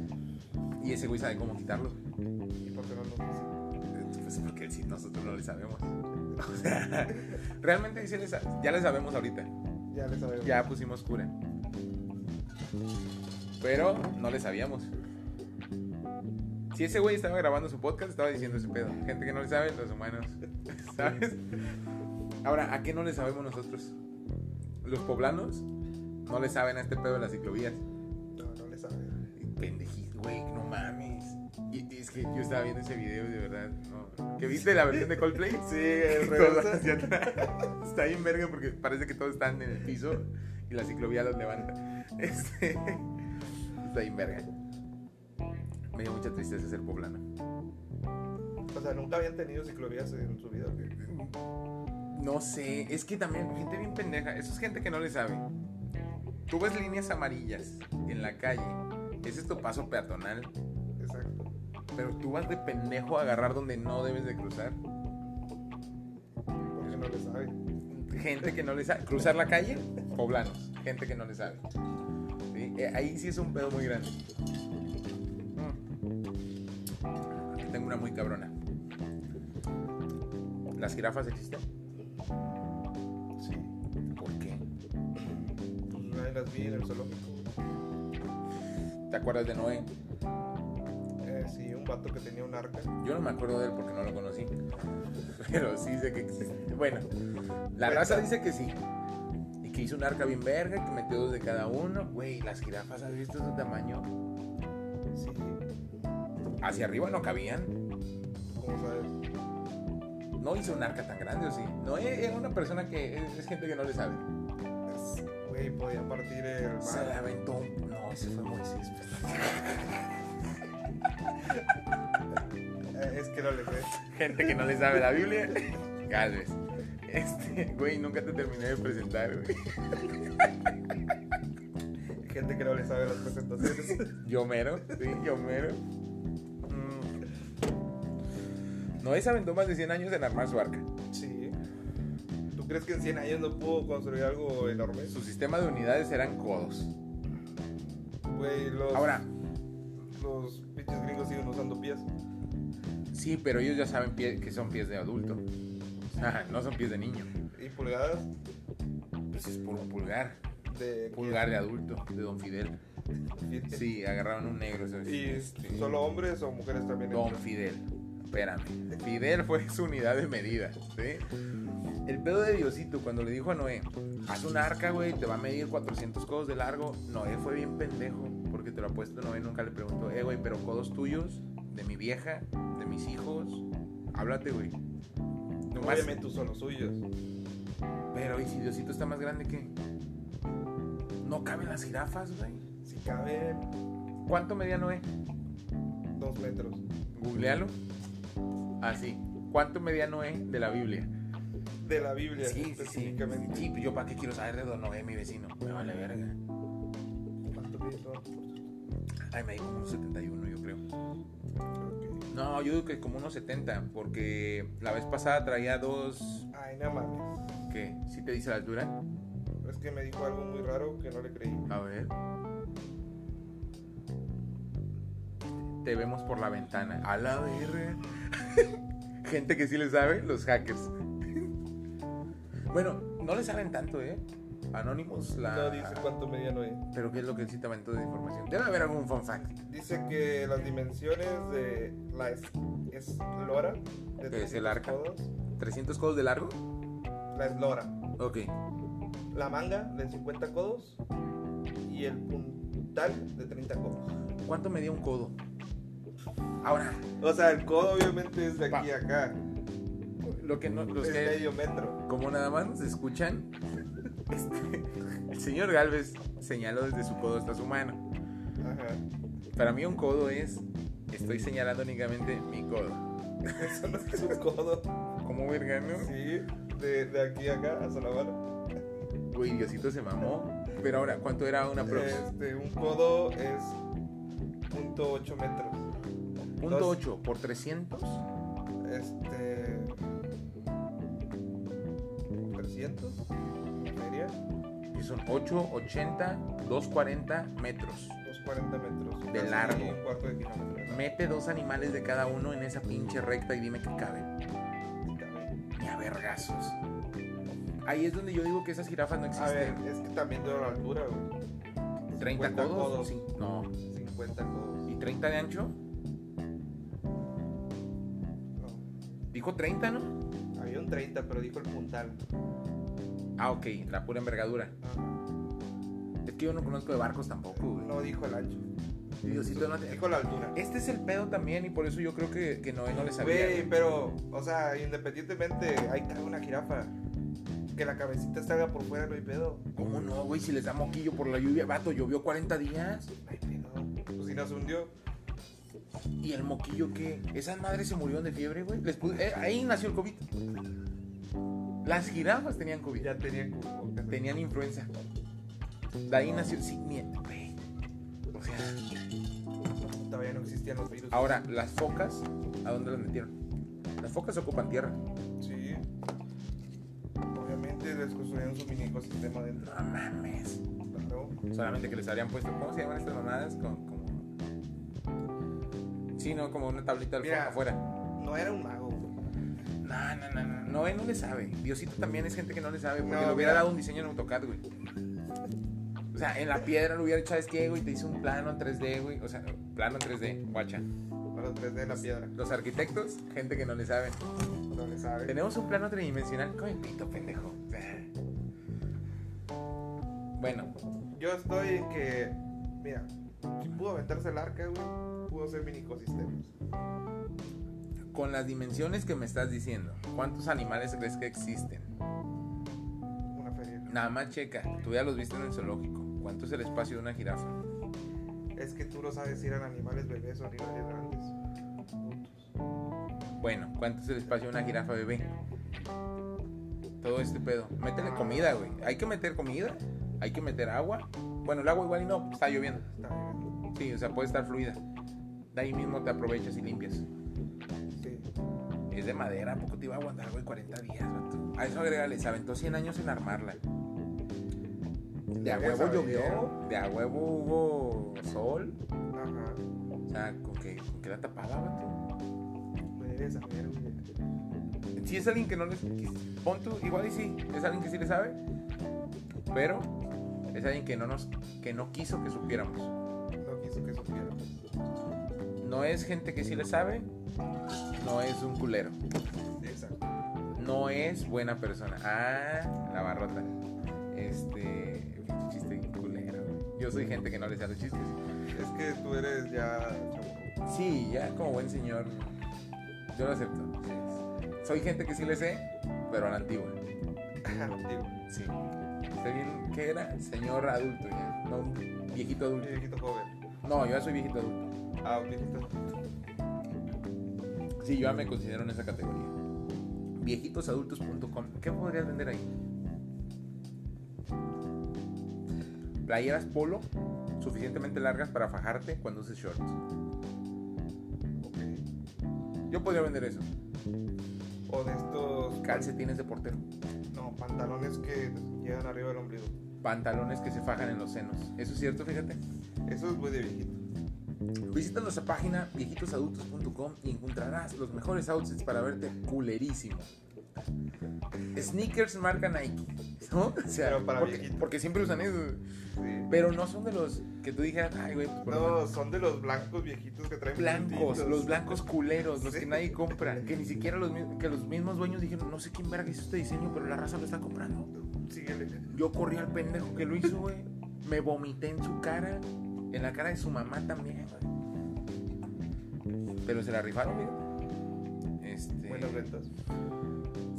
Speaker 1: y ese güey sabe cómo quitarlo.
Speaker 2: ¿Y por qué no nos dice?
Speaker 1: Pues porque si nosotros no le sabemos. O sea, realmente sí le sa- ya le sabemos ahorita,
Speaker 2: Ya le sabemos.
Speaker 1: ya pusimos cura. Pero no le sabíamos. Si ese güey estaba grabando su podcast, estaba diciendo ese pedo. Gente que no le sabe, los humanos. ¿Sabes? Ahora, ¿a qué no le sabemos nosotros? Los poblanos no le saben a este pedo de las ciclovías.
Speaker 2: No, no le sabe.
Speaker 1: Pendejito, güey, no mames. Y, y es que yo estaba viendo ese video y de verdad. No. ¿Que viste la versión de Coldplay?
Speaker 2: Sí, el
Speaker 1: Todo
Speaker 2: reversa.
Speaker 1: hacia atrás. Está bien verga porque parece que todos están en el piso y la ciclovía los levanta. Este, está bien verga. Me dio mucha tristeza ser poblano.
Speaker 2: O sea, nunca habían tenido ciclovías en su vida. ¿o qué?
Speaker 1: No sé, es que también gente bien pendeja, eso es gente que no le sabe. Tú ves líneas amarillas en la calle, ese es tu paso peatonal,
Speaker 2: Exacto.
Speaker 1: pero tú vas de pendejo a agarrar donde no debes de cruzar.
Speaker 2: Porque no le sabe.
Speaker 1: gente que no le sabe. Cruzar la calle, poblanos, gente que no le sabe. ¿Sí? Eh, Ahí sí es un pedo muy grande. Mm. Aquí tengo una muy cabrona. ¿Las jirafas existen?
Speaker 2: Sí.
Speaker 1: ¿Por qué?
Speaker 2: Pues una de las vi en el zoológico.
Speaker 1: ¿Te acuerdas de Noé?
Speaker 2: Eh, sí, un vato que tenía un arca.
Speaker 1: Yo no me acuerdo de él porque no lo conocí. Pero sí sé que existe. Bueno, la raza dice que sí. Y que hizo un arca bien verga, que metió dos de cada uno. Güey, las jirafas, ¿has visto su tamaño?
Speaker 2: Sí.
Speaker 1: Hacia arriba no cabían.
Speaker 2: ¿Cómo sabes?
Speaker 1: eh, no hizo un arca tan grande, ¿o sí? No, e- era una persona que es, es gente que no le sabe.
Speaker 2: Es- güey, güey, podía partir el mar.
Speaker 1: Se le aventó un... No, ese fue Moisés.
Speaker 2: Eh, Es que no le sé.
Speaker 1: Gente que no le sabe la Biblia, calves. Este, güey, nunca te terminé de presentar, güey.
Speaker 2: Gente que no le sabe las presentaciones.
Speaker 1: Yo mero, sí, yo mero. Mm. Noé se aventó más de 100 años en armar su arca.
Speaker 2: Sí. ¿Tú crees que en 100 años no pudo construir algo enorme?
Speaker 1: Su sistema de unidades eran codos.
Speaker 2: Güey, los.
Speaker 1: Ahora,
Speaker 2: Los pinches gringos siguen usando pies.
Speaker 1: sí, pero ellos ya saben pie- que son pies de adulto. Ajá, no son pies de niño.
Speaker 2: Y pulgadas
Speaker 1: Pues es por un pulgar.
Speaker 2: de.
Speaker 1: Pulgar de adulto, de Don Fidel. Sí, agarraron un negro. eso es.
Speaker 2: ¿Y este,
Speaker 1: Sí.
Speaker 2: solo hombres o mujeres también?
Speaker 1: Don
Speaker 2: entran?
Speaker 1: Fidel. Espérame. Fidel fue su unidad de medida. ¿sí? El pedo de Diosito cuando le dijo a Noé, haz un arca, güey, te va a medir 400 codos de largo. Noé fue bien pendejo, porque te lo apuesto, Noé nunca le preguntó, eh, güey, pero codos tuyos, de mi vieja, de mis hijos, háblate, güey. Nomás,
Speaker 2: Obviamente usan los suyos.
Speaker 1: pero ¿y si Diosito está más grande que... No caben las jirafas, güey.
Speaker 2: Si cabe,
Speaker 1: ¿Cuánto medía Noé?
Speaker 2: dos metros.
Speaker 1: Googlealo. Así. ¿Cuánto medía Noé de la Biblia?
Speaker 2: De la Biblia,
Speaker 1: Sí, sí, sí.
Speaker 2: específicamente.
Speaker 1: Sí, pues yo para qué quiero saber de Don Noé, mi vecino. Me vale verga.
Speaker 2: ¿Cuánto mide todo?
Speaker 1: Ay, me dijo unos 71, yo creo. No, yo digo que como unos 70, porque la vez pasada traía dos.
Speaker 2: Ay, no mames.
Speaker 1: ¿Qué? ¿Sí te dice la altura?
Speaker 2: Es que me dijo algo muy raro que no le creí.
Speaker 1: A ver. Te vemos por la ventana. A la verga. Gente que sí le sabe, los hackers. bueno, no le saben tanto, ¿eh? Anonymous la.
Speaker 2: No dice cuánto medía Noé.
Speaker 1: Pero ¿qué es lo que el citamiento de información? Debe haber algún fun fact.
Speaker 2: Dice que las dimensiones de la es, eslora. De
Speaker 1: Que es
Speaker 2: 300
Speaker 1: el arca.
Speaker 2: codos,
Speaker 1: ¿300 codos de largo?
Speaker 2: la eslora.
Speaker 1: Ok.
Speaker 2: La manga de 50 codos. Y el puntal de 30 codos.
Speaker 1: ¿Cuánto medía un codo? Ahora,
Speaker 2: O sea, el codo obviamente es de
Speaker 1: Pa-
Speaker 2: aquí a acá.
Speaker 1: lo que no, los Pues
Speaker 2: es
Speaker 1: que
Speaker 2: medio metro.
Speaker 1: como nada más nos escuchan, este, el señor Galvez señaló desde su codo hasta su mano.
Speaker 2: Ajá.
Speaker 1: Para mí un codo es, estoy señalando únicamente mi codo.
Speaker 2: Eso no es un codo.
Speaker 1: ¿Cómo verga, no?
Speaker 2: Sí, de, de aquí a acá hasta la mano.
Speaker 1: Uy, Diosito se mamó. Pero ahora, ¿cuánto era una prox?
Speaker 2: Este, un codo es 0.8 metros.
Speaker 1: Punto
Speaker 2: dos.
Speaker 1: 8 por 300.
Speaker 2: Este. 300 sería
Speaker 1: Y son 8, 80, 240 metros.
Speaker 2: unos 40 metros.
Speaker 1: De
Speaker 2: casi
Speaker 1: largo.
Speaker 2: Un cuarto de kilómetro.
Speaker 1: Mete dos animales de cada uno en esa pinche recta y dime que cabe. Ni a vergazos. Ahí es donde yo digo que esas jirafas no
Speaker 2: A ver,
Speaker 1: existen.
Speaker 2: es que también de la altura, güey.
Speaker 1: 30
Speaker 2: 50
Speaker 1: codos. Sí. No.
Speaker 2: 50 codos.
Speaker 1: ¿Y 30 de ancho? Dijo 30, ¿no?
Speaker 2: No, había un 30, pero dijo el puntal.
Speaker 1: Ah, ok, la pura envergadura.
Speaker 2: Ajá.
Speaker 1: Es que yo no conozco de barcos tampoco, güey.
Speaker 2: No dijo el ancho.
Speaker 1: Diosito no te-
Speaker 2: Dijo la altura.
Speaker 1: Este es el pedo también y por eso yo creo que, que Noé no le sabía. güey.
Speaker 2: Güey, pero, o sea, independientemente, ahí cabe una jirafa. Que la cabecita salga por fuera, no hay pedo.
Speaker 1: ¿Cómo no, güey? Si les da moquillo por la lluvia. Vato, llovió 40 días.
Speaker 2: No hay pedo. Pues si no se hundió.
Speaker 1: ¿Y el moquillo qué? Esas madres se murieron de fiebre, güey. Les pude- eh, ahí nació el COVID. Las jirafas tenían COVID.
Speaker 2: Ya tenía como.
Speaker 1: Tenían influenza. De ahí nació. Sí, ni- güey. O sea,
Speaker 2: Todavía no existían los virus.
Speaker 1: ahora, las focas, ¿a dónde las metieron? Las focas ocupan tierra.
Speaker 2: Sí. Obviamente les construyeron su mini ecosistema dentro.
Speaker 1: No mames.
Speaker 2: Claro.
Speaker 1: Solamente que les habrían puesto. ¿Cómo se llaman estas mamadas? Como. como- Sí, no, como una tablita al
Speaker 2: Mira.
Speaker 1: fo- afuera.
Speaker 2: No era un mago, güey.
Speaker 1: No, no, no, no. No, él no le sabe. Diosito también es gente que no le sabe. Porque
Speaker 2: No,
Speaker 1: le hubiera
Speaker 2: mira.
Speaker 1: dado un diseño en AutoCAD, güey. O sea, en la piedra le hubiera hecho, ¿sabes qué, güey? Te hice un plano en 3D, güey. O sea, plano en 3D, guacha.
Speaker 2: Para los 3D de la piedra.
Speaker 1: Los arquitectos, gente que no le sabe.
Speaker 2: No le sabe.
Speaker 1: Tenemos un plano tridimensional con el pito, pendejo. Bueno,
Speaker 2: Yo estoy en que. Mira, si pudo aventarse el arca, güey, pudo hacer mini ecosistemas.
Speaker 1: con las dimensiones que me estás diciendo, ¿cuántos animales crees que existen?
Speaker 2: Una feria.
Speaker 1: No Nada más checa, tú ya los viste en el zoológico. ¿Cuánto es el espacio de una jirafa?
Speaker 2: Es que tú no sabes si eran animales bebés o animales grandes.
Speaker 1: Bueno, ¿cuánto es el espacio de una jirafa bebé? Todo este pedo. Métele comida, güey. Hay que meter comida, hay que meter agua. Bueno, el agua igual y no, está lloviendo.
Speaker 2: Está bien.
Speaker 1: Sí, o sea, puede estar fluida. De ahí mismo te aprovechas y limpias.
Speaker 2: Sí.
Speaker 1: Es de madera, ¿a poco te iba a aguantar, güey, 40 días, vato? A eso agregale, se aventó 100 años en armarla. De a
Speaker 2: Ya
Speaker 1: huevo
Speaker 2: sabía.
Speaker 1: llovió, de a huevo hubo sol.
Speaker 2: Ajá.
Speaker 1: O sea, ¿con qué, con qué la tapaba, vato?
Speaker 2: Me debes saber, güey.
Speaker 1: Si es alguien que no le... que- Pon tú, igual y sí, es alguien que sí le sabe. Pero es alguien que no nos... que no quiso que supiéramos.
Speaker 2: No quiso que supiera.
Speaker 1: No es gente que sí le sabe, no es un culero,
Speaker 2: Exacto.
Speaker 1: no es buena persona. Ah, la barrota. Este, pinche chiste bien culero. Yo soy gente que no le sabe chistes.
Speaker 2: Es que tú eres ya. chaburro.
Speaker 1: Sí, ya como buen señor, yo lo acepto. Soy gente que sí le sé, pero a la antigua.
Speaker 2: Digo,
Speaker 1: Sí. Sé bien que era señor adulto ya, no un viejito
Speaker 2: un
Speaker 1: adulto.
Speaker 2: viejito joven.
Speaker 1: No, yo ya soy viejito adulto.
Speaker 2: Ah, un viejito.
Speaker 1: Sí, yo ya me
Speaker 2: Mm.
Speaker 1: considero en esa categoría. Viejitosadultos.com. ¿Qué podrías vender ahí? Playeras polo suficientemente largas para fajarte cuando uses shorts.
Speaker 2: Ok.
Speaker 1: Yo podría vender eso.
Speaker 2: O de estos.
Speaker 1: Calcetines de portero.
Speaker 2: No, pantalones que llegan arriba del ombligo.
Speaker 1: Pantalones que se fajan en los senos. Eso es cierto, fíjate.
Speaker 2: Eso es muy de viejito.
Speaker 1: Visita nuestra página viejitosadultos.com y encontrarás los mejores outfits para verte culerísimo. Sneakers marca Nike, ¿no? O sea,
Speaker 2: Pero para
Speaker 1: porque,
Speaker 2: viejitos.
Speaker 1: porque siempre usan eso.
Speaker 2: Sí.
Speaker 1: Pero no son de los que tú dijeras, ay, güey, pues, por lo menos".
Speaker 2: No, son de los blancos viejitos que traen.
Speaker 1: blancos,
Speaker 2: puntitos.
Speaker 1: los blancos culeros, los
Speaker 2: Sí.
Speaker 1: que nadie compra, que ni siquiera los, mi- que los mismos dueños dijeron, no sé quién verga hizo este diseño, pero la raza lo está comprando.
Speaker 2: Síguele.
Speaker 1: Yo corrí al pendejo que lo hizo, güey. Me vomité en su cara, en la cara de su mamá también, güey. Pero se la rifaron, güey. Este,
Speaker 2: Buenas rentas.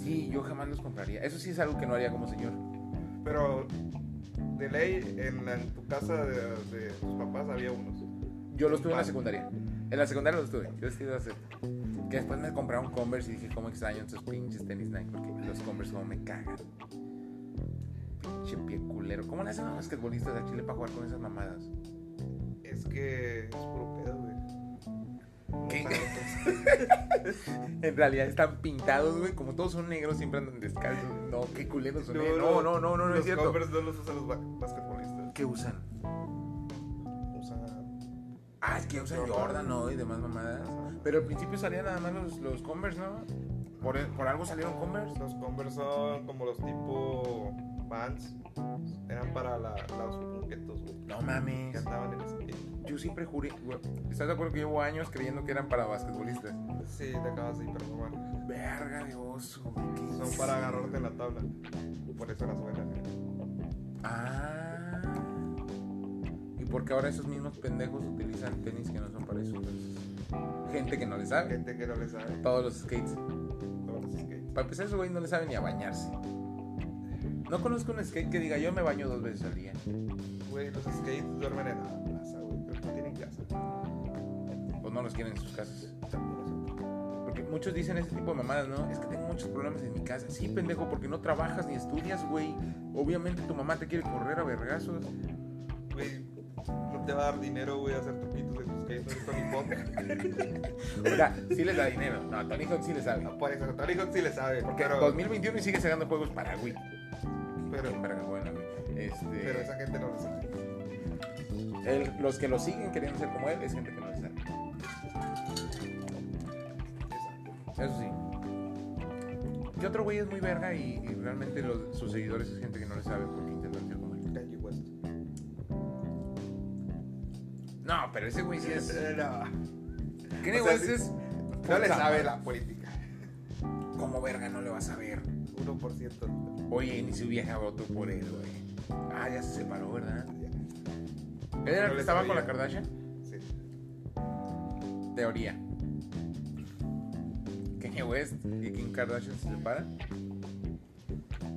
Speaker 1: sí, yo jamás los compraría. Eso sí es algo que no haría como señor.
Speaker 2: Pero de ley, en, la- en tu casa de, de tus papás había unos.
Speaker 1: Yo los tuve en la secundaria. En la secundaria los tuve. Yo sí los tuve. Que después me compraron Converse y dije, cómo extraño esos pinches tenis Nike. Porque los Converse como me cagan. Pinche pie culero. ¿Cómo le hacen a los basquetbolistas de Chile para jugar con esas mamadas?
Speaker 2: Es que es puro pedo, güey. No
Speaker 1: ¿Qué?
Speaker 2: sabes.
Speaker 1: En realidad están pintados, güey. Como todos son negros, siempre andan descalzos. No, qué culeros son.
Speaker 2: No,
Speaker 1: eh.
Speaker 2: no,
Speaker 1: No, no, no, no, no,
Speaker 2: los
Speaker 1: es cierto.
Speaker 2: Converse no los usan los ba- basquetbolistas.
Speaker 1: ¿Qué usan?
Speaker 2: Usan.
Speaker 1: Ah, es que usan
Speaker 2: Jordan.
Speaker 1: Jordan, ¿no? Y demás mamadas. Pero al principio salían nada más los, los Converse, ¿no? Por, por algo salieron Converse.
Speaker 2: Pues, Los Converse son como los tipo Vans. Eran para la, los punquetos, güey.
Speaker 1: No
Speaker 2: Que
Speaker 1: mames.
Speaker 2: andaban en skate.
Speaker 1: Yo siempre juré, güey, ¿estás de acuerdo que llevo años creyendo que eran para basquetbolistas?
Speaker 2: Sí, te acabas de hiperfumar.
Speaker 1: Verga de oso, güey, ¿qué
Speaker 2: Son
Speaker 1: es?
Speaker 2: para agarrarte en la tabla. Por eso las buenas. ¿eh?
Speaker 1: Ah. ¿Y por qué ahora esos mismos pendejos utilizan tenis que no son para eso? Entonces, gente que no le sabe.
Speaker 2: Gente que no le sabe.
Speaker 1: Todos los skates.
Speaker 2: Todos los skates.
Speaker 1: Para empezar, esos güey no le saben ni a bañarse. No conozco un skate que diga yo me baño dos veces al día.
Speaker 2: Güey, los skates duermen en la plaza, güey. Pero no tienen casa.
Speaker 1: Pues no los quieren en sus casas.
Speaker 2: También es otro.
Speaker 1: Porque muchos dicen ese tipo de mamadas, ¿no? Es que tengo muchos problemas en mi casa. Sí, pendejo, porque no trabajas ni estudias, güey. Obviamente tu mamá te quiere correr a vergazos.
Speaker 2: Güey, no te va a dar dinero, güey, hacer truquitos de tus skates. No eres Tony Hawk.
Speaker 1: O sea, sí les da dinero. No, Tony Hawk sí le sabe.
Speaker 2: No, por eso, Tony Hawk sí le sabe.
Speaker 1: Porque
Speaker 2: pero,
Speaker 1: 2021 y sigue sacando juegos para Wii.
Speaker 2: pero,
Speaker 1: Verga, bueno, güey. Este,
Speaker 2: pero esa gente no le sabe.
Speaker 1: el- los que lo siguen queriendo ser como él es gente que no le sabe.
Speaker 2: Exacto.
Speaker 1: Eso sí. ¿Qué otro güey es muy verga y, y realmente los- sus seguidores es gente que no le sabe porque intentan ser como él?
Speaker 2: Kanye West.
Speaker 1: No, pero ese güey sí es.
Speaker 2: Eh, no.
Speaker 1: Kanye
Speaker 2: O sea,
Speaker 1: West
Speaker 2: sí-
Speaker 1: es.
Speaker 2: No le
Speaker 1: Puta
Speaker 2: sabe
Speaker 1: madre.
Speaker 2: la política.
Speaker 1: Como verga no le vas a ver.
Speaker 2: 1%.
Speaker 1: Oye, ni su vieja votó por él, güey. Ah, ya se separó, ¿verdad?
Speaker 2: Ya.
Speaker 1: ¿Él era
Speaker 2: No
Speaker 1: el que
Speaker 2: le
Speaker 1: estaba
Speaker 2: sabía.
Speaker 1: con la Kardashian?
Speaker 2: Sí.
Speaker 1: Teoría. Kanye West y Kim Kardashian se separan.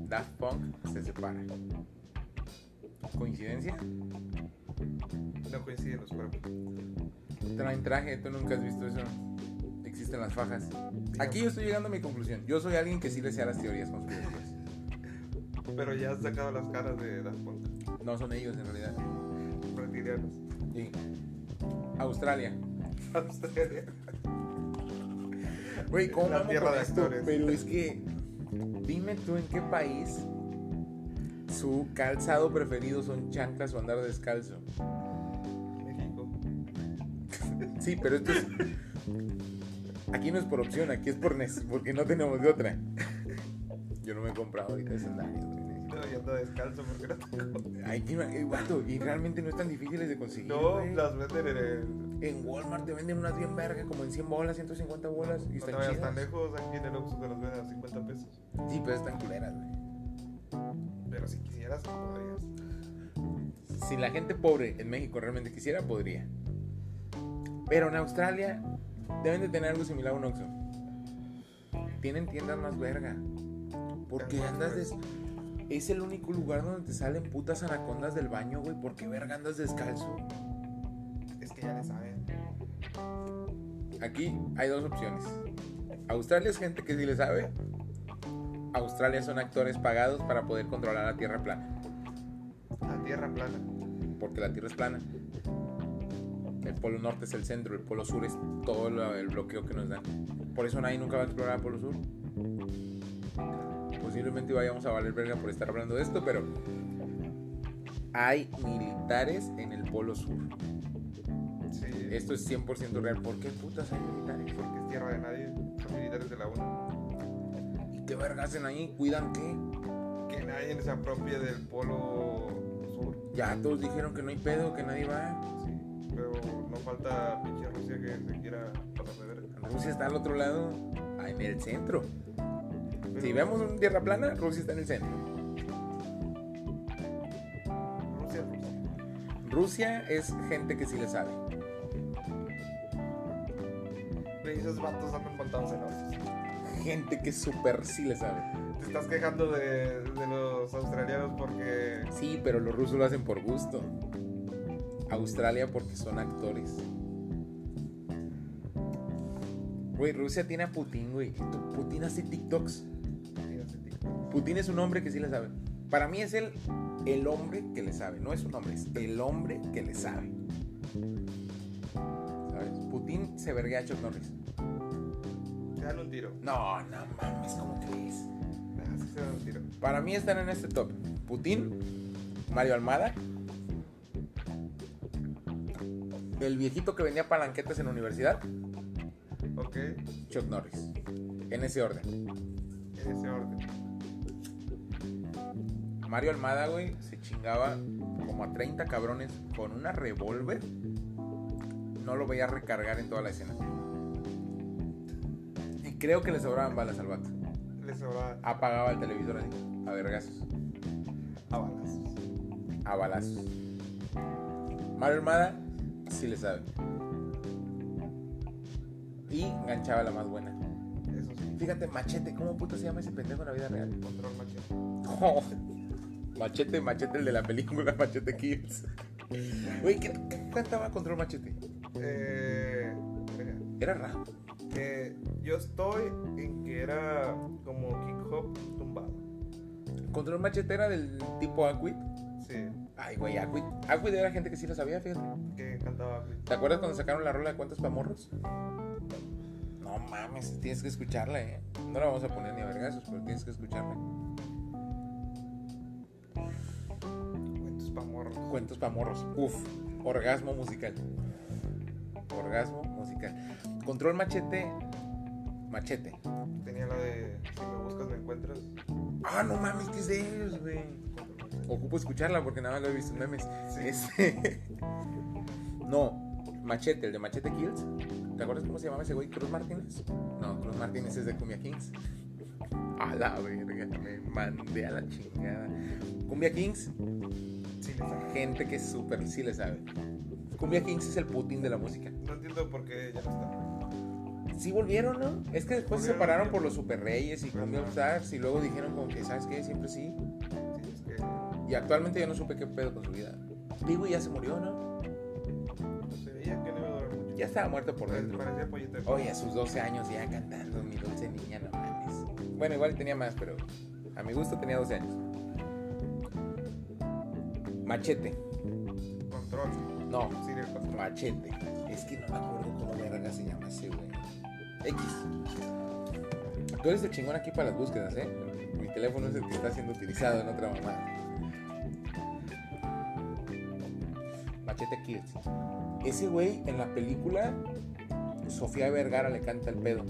Speaker 1: Daft Punk se separa. ¿Coincidencia?
Speaker 2: No coinciden los cuerpos.
Speaker 1: Traen traje, tú nunca has visto eso. Existen las fajas. Aquí yo estoy llegando a mi conclusión. Yo soy alguien que sí le sé a las teorías conspirativas.
Speaker 2: Pero ya has sacado las caras de Daft Punk.
Speaker 1: No son ellos en realidad.
Speaker 2: Reptilianos.
Speaker 1: Sí. Australia.
Speaker 2: Australia.
Speaker 1: Güey, ¿cómo
Speaker 2: Eh, La
Speaker 1: amo
Speaker 2: tierra
Speaker 1: con
Speaker 2: de
Speaker 1: esto?
Speaker 2: actores.
Speaker 1: Pero es que, dime tú en qué país su calzado preferido son chanclas o andar descalzo.
Speaker 2: México.
Speaker 1: Sí, pero esto es. Aquí no es por opción, aquí es por nes- porque no tenemos de otra. Yo no me he comprado ahorita sandalias. güey.
Speaker 2: No, yo ando descalzo porque no tengo.
Speaker 1: Ay, qué ma- eh, vato, y realmente no es tan difíciles de conseguir.
Speaker 2: No,
Speaker 1: güey.
Speaker 2: las venden en el.
Speaker 1: En Walmart te venden unas bien verga, como en 100 bolas, 150 bolas. Y
Speaker 2: No te
Speaker 1: están
Speaker 2: vayas tan
Speaker 1: chidas.
Speaker 2: lejos, aquí en el Oxxo te las venden a 50 pesos.
Speaker 1: Sí, pero están culeras, güey.
Speaker 2: Pero si quisieras, podrías.
Speaker 1: Si la gente pobre en México realmente quisiera, podría. Pero en Australia deben de tener algo similar a un Oxxo. Tienen tiendas más verga. Porque andas des... Es el único lugar donde te salen putas anacondas del baño, güey. Porque verga andas descalzo.
Speaker 2: Es que ya le saben.
Speaker 1: Aquí hay dos opciones. Australia es gente que sí le sabe. Australia son actores pagados para poder controlar la tierra plana.
Speaker 2: La tierra plana.
Speaker 1: Porque la tierra es plana. El polo norte es el centro, el polo sur es todo lo- el bloqueo que nos dan. Por eso nadie nunca va a explorar el polo sur. Posiblemente vayamos a valer verga por estar hablando de esto, pero hay militares en el polo sur.
Speaker 2: Sí.
Speaker 1: Esto es 100% real. ¿Por qué putas hay militares?
Speaker 2: Porque es tierra de nadie. Son militares de la ONU.
Speaker 1: ¿Y qué verga hacen ahí? ¿Cuidan qué?
Speaker 2: Que nadie se apropie del polo sur.
Speaker 1: Ya todos dijeron que no hay pedo, que nadie va.
Speaker 2: Sí. Pero no falta pinche Rusia que se quiera pasar de verga.
Speaker 1: Rusia está al otro lado, ah, en el centro.
Speaker 2: Pero
Speaker 1: Si vemos una tierra plana, Rusia está en el centro.
Speaker 2: Rusia, pues, Rusia.
Speaker 1: Rusia es gente que sí le sabe.
Speaker 2: Güey, esos vatos andan montados en autos.
Speaker 1: Gente que súper sí le sabe.
Speaker 2: Te estás quejando de, de los australianos porque.
Speaker 1: Sí, pero los rusos lo hacen por gusto. Australia porque son actores. Güey, Rusia tiene a Putin, güey. Putin hace TikToks. Putin es un hombre que sí le sabe. Para mí es el, el hombre que le sabe. No es un hombre, es el hombre que le sabe. ¿Sabes? Putin se verguea a Chuck Norris.
Speaker 2: Te dan un tiro.
Speaker 1: No, no mames, ¿cómo crees?
Speaker 2: Así se dan un tiro.
Speaker 1: Para mí están en este top. Putin, Mario Almada, el viejito que vendía palanquetas en la universidad,
Speaker 2: Ok, en
Speaker 1: Chuck Norris. En ese orden.
Speaker 2: ese orden.
Speaker 1: Mario Almada, güey, se chingaba como a 30 cabrones con una revólver. No lo veía recargar en toda la escena. Y creo que le sobraban balas al vato.
Speaker 2: Le sobra
Speaker 1: Apagaba el televisor así, a vergazos.
Speaker 2: a balazos.
Speaker 1: a balazos. Mario Armada sí le sabe. Y enganchaba la más buena.
Speaker 2: Eso sí,
Speaker 1: Fíjate, Machete, ¿cómo puto se llama ese pendejo en la vida real?
Speaker 2: control machete.
Speaker 1: machete, Machete, el de la película Machete Kills. Güey, ¿qué, qué cantaba Control Machete?
Speaker 2: Eh, verga.
Speaker 1: Era rap.
Speaker 2: que yo estoy en que era como hip hop tumbado.
Speaker 1: Control Machete era del tipo Aquit.
Speaker 2: Sí,
Speaker 1: Ay, güey, Aquit. Aquit era gente que sí lo sabía, fíjate.
Speaker 2: que cantaba. güey.
Speaker 1: ¿Te acuerdas cuando sacaron la rola de cuentas pamorros? No mames, tienes que escucharla, eh. No la vamos a poner ni a vergazos, pero tienes que escucharla.
Speaker 2: Cuentos pamorros.
Speaker 1: Cuentos pamorros. Uf, orgasmo musical. Orgasmo musical. Control machete. Machete.
Speaker 2: Tenía la de si me buscas me encuentras.
Speaker 1: Ah, no mames, ¿qué es de ellos, güey?
Speaker 2: Control machete.
Speaker 1: Ocupo escucharla porque nada más lo he visto en memes.
Speaker 2: Sí.
Speaker 1: Este- No, Machete, el de Machete Kills. ¿Te acuerdas cómo se llamaba ese güey? ¿Cruz Martínez? No, Cruz Martínez es de Cumbia Kings. A la verga, me mandé a la chingada. Cumbia Kings,
Speaker 2: Sí, le sabe.
Speaker 1: gente que súper sí le sabe. Cumbia Kings es el Putin de la música.
Speaker 2: No entiendo por qué ya no está.
Speaker 1: Sí volvieron, ¿no? Es que después se
Speaker 2: Volvieron,
Speaker 1: separaron
Speaker 2: sí.
Speaker 1: por los Super Reyes y
Speaker 2: Pues
Speaker 1: con All
Speaker 2: no.
Speaker 1: Stars y luego dijeron como que, ¿sabes qué? Siempre sí.
Speaker 2: Sí, es que no
Speaker 1: Y actualmente ya no supe qué pedo con su vida. Big Wee ya se murió, ¿no?
Speaker 2: se veía que no iba a durar mucho.
Speaker 1: Ya estaba muerto por
Speaker 2: Pare-
Speaker 1: dentro.
Speaker 2: Parecía pollito de
Speaker 1: Oye, a sus 12 años ya cantando Mi dulce niña, no mames. Bueno, igual tenía más, pero a mi gusto tenía 12 años. Machete.
Speaker 2: control.
Speaker 1: No,
Speaker 2: Sí, el control.
Speaker 1: Machete. Es que no me acuerdo cómo verga se llama ese güey. X. Tú eres el chingón aquí para las búsquedas, ¿eh? Mi teléfono es el que está siendo utilizado en otra mamá. Machete Kills. Ese güey en la película, Sofía Vergara le canta el pedo.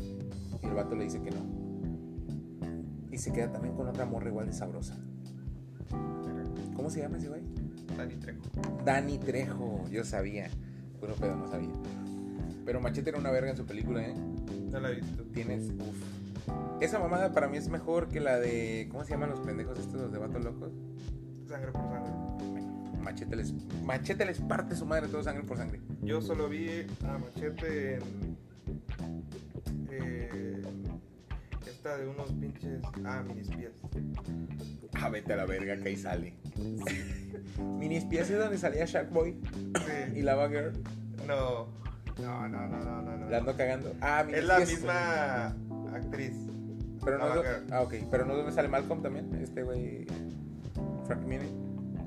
Speaker 1: Y el vato le dice que no. Y se queda también con otra morra igual de sabrosa. ¿Cómo se llama ese güey?
Speaker 2: Dani Trejo.
Speaker 1: Dani Trejo, yo sabía. Puro pedo, no sabía. Pero Machete era una verga en su película, ¿eh?
Speaker 2: No la he visto.
Speaker 1: Tienes. Uf. Esa mamada para mí es mejor que la de. ¿Cómo se llaman los pendejos estos, los de vatos locos?
Speaker 2: Sangre por sangre.
Speaker 1: Machete les, machete les parte su madre todo sangre por sangre.
Speaker 2: Yo solo vi a Machete en. eh, esta de unos pinches. Ah, mis pies.
Speaker 1: Ah, vete a la verga, que ahí sale. Minispias es donde salía Shark Boy y
Speaker 2: Sí.
Speaker 1: Lava Girl,
Speaker 2: No. No, no, no, no, no. no.
Speaker 1: la ando cagando. Ah,
Speaker 2: Es la
Speaker 1: Minispias.
Speaker 2: misma actriz.
Speaker 1: Pero no, es
Speaker 2: Lava
Speaker 1: do-
Speaker 2: Girl.
Speaker 1: ah, ok. Pero no es donde sale Malcolm también, este güey. Frank Mini.
Speaker 2: No,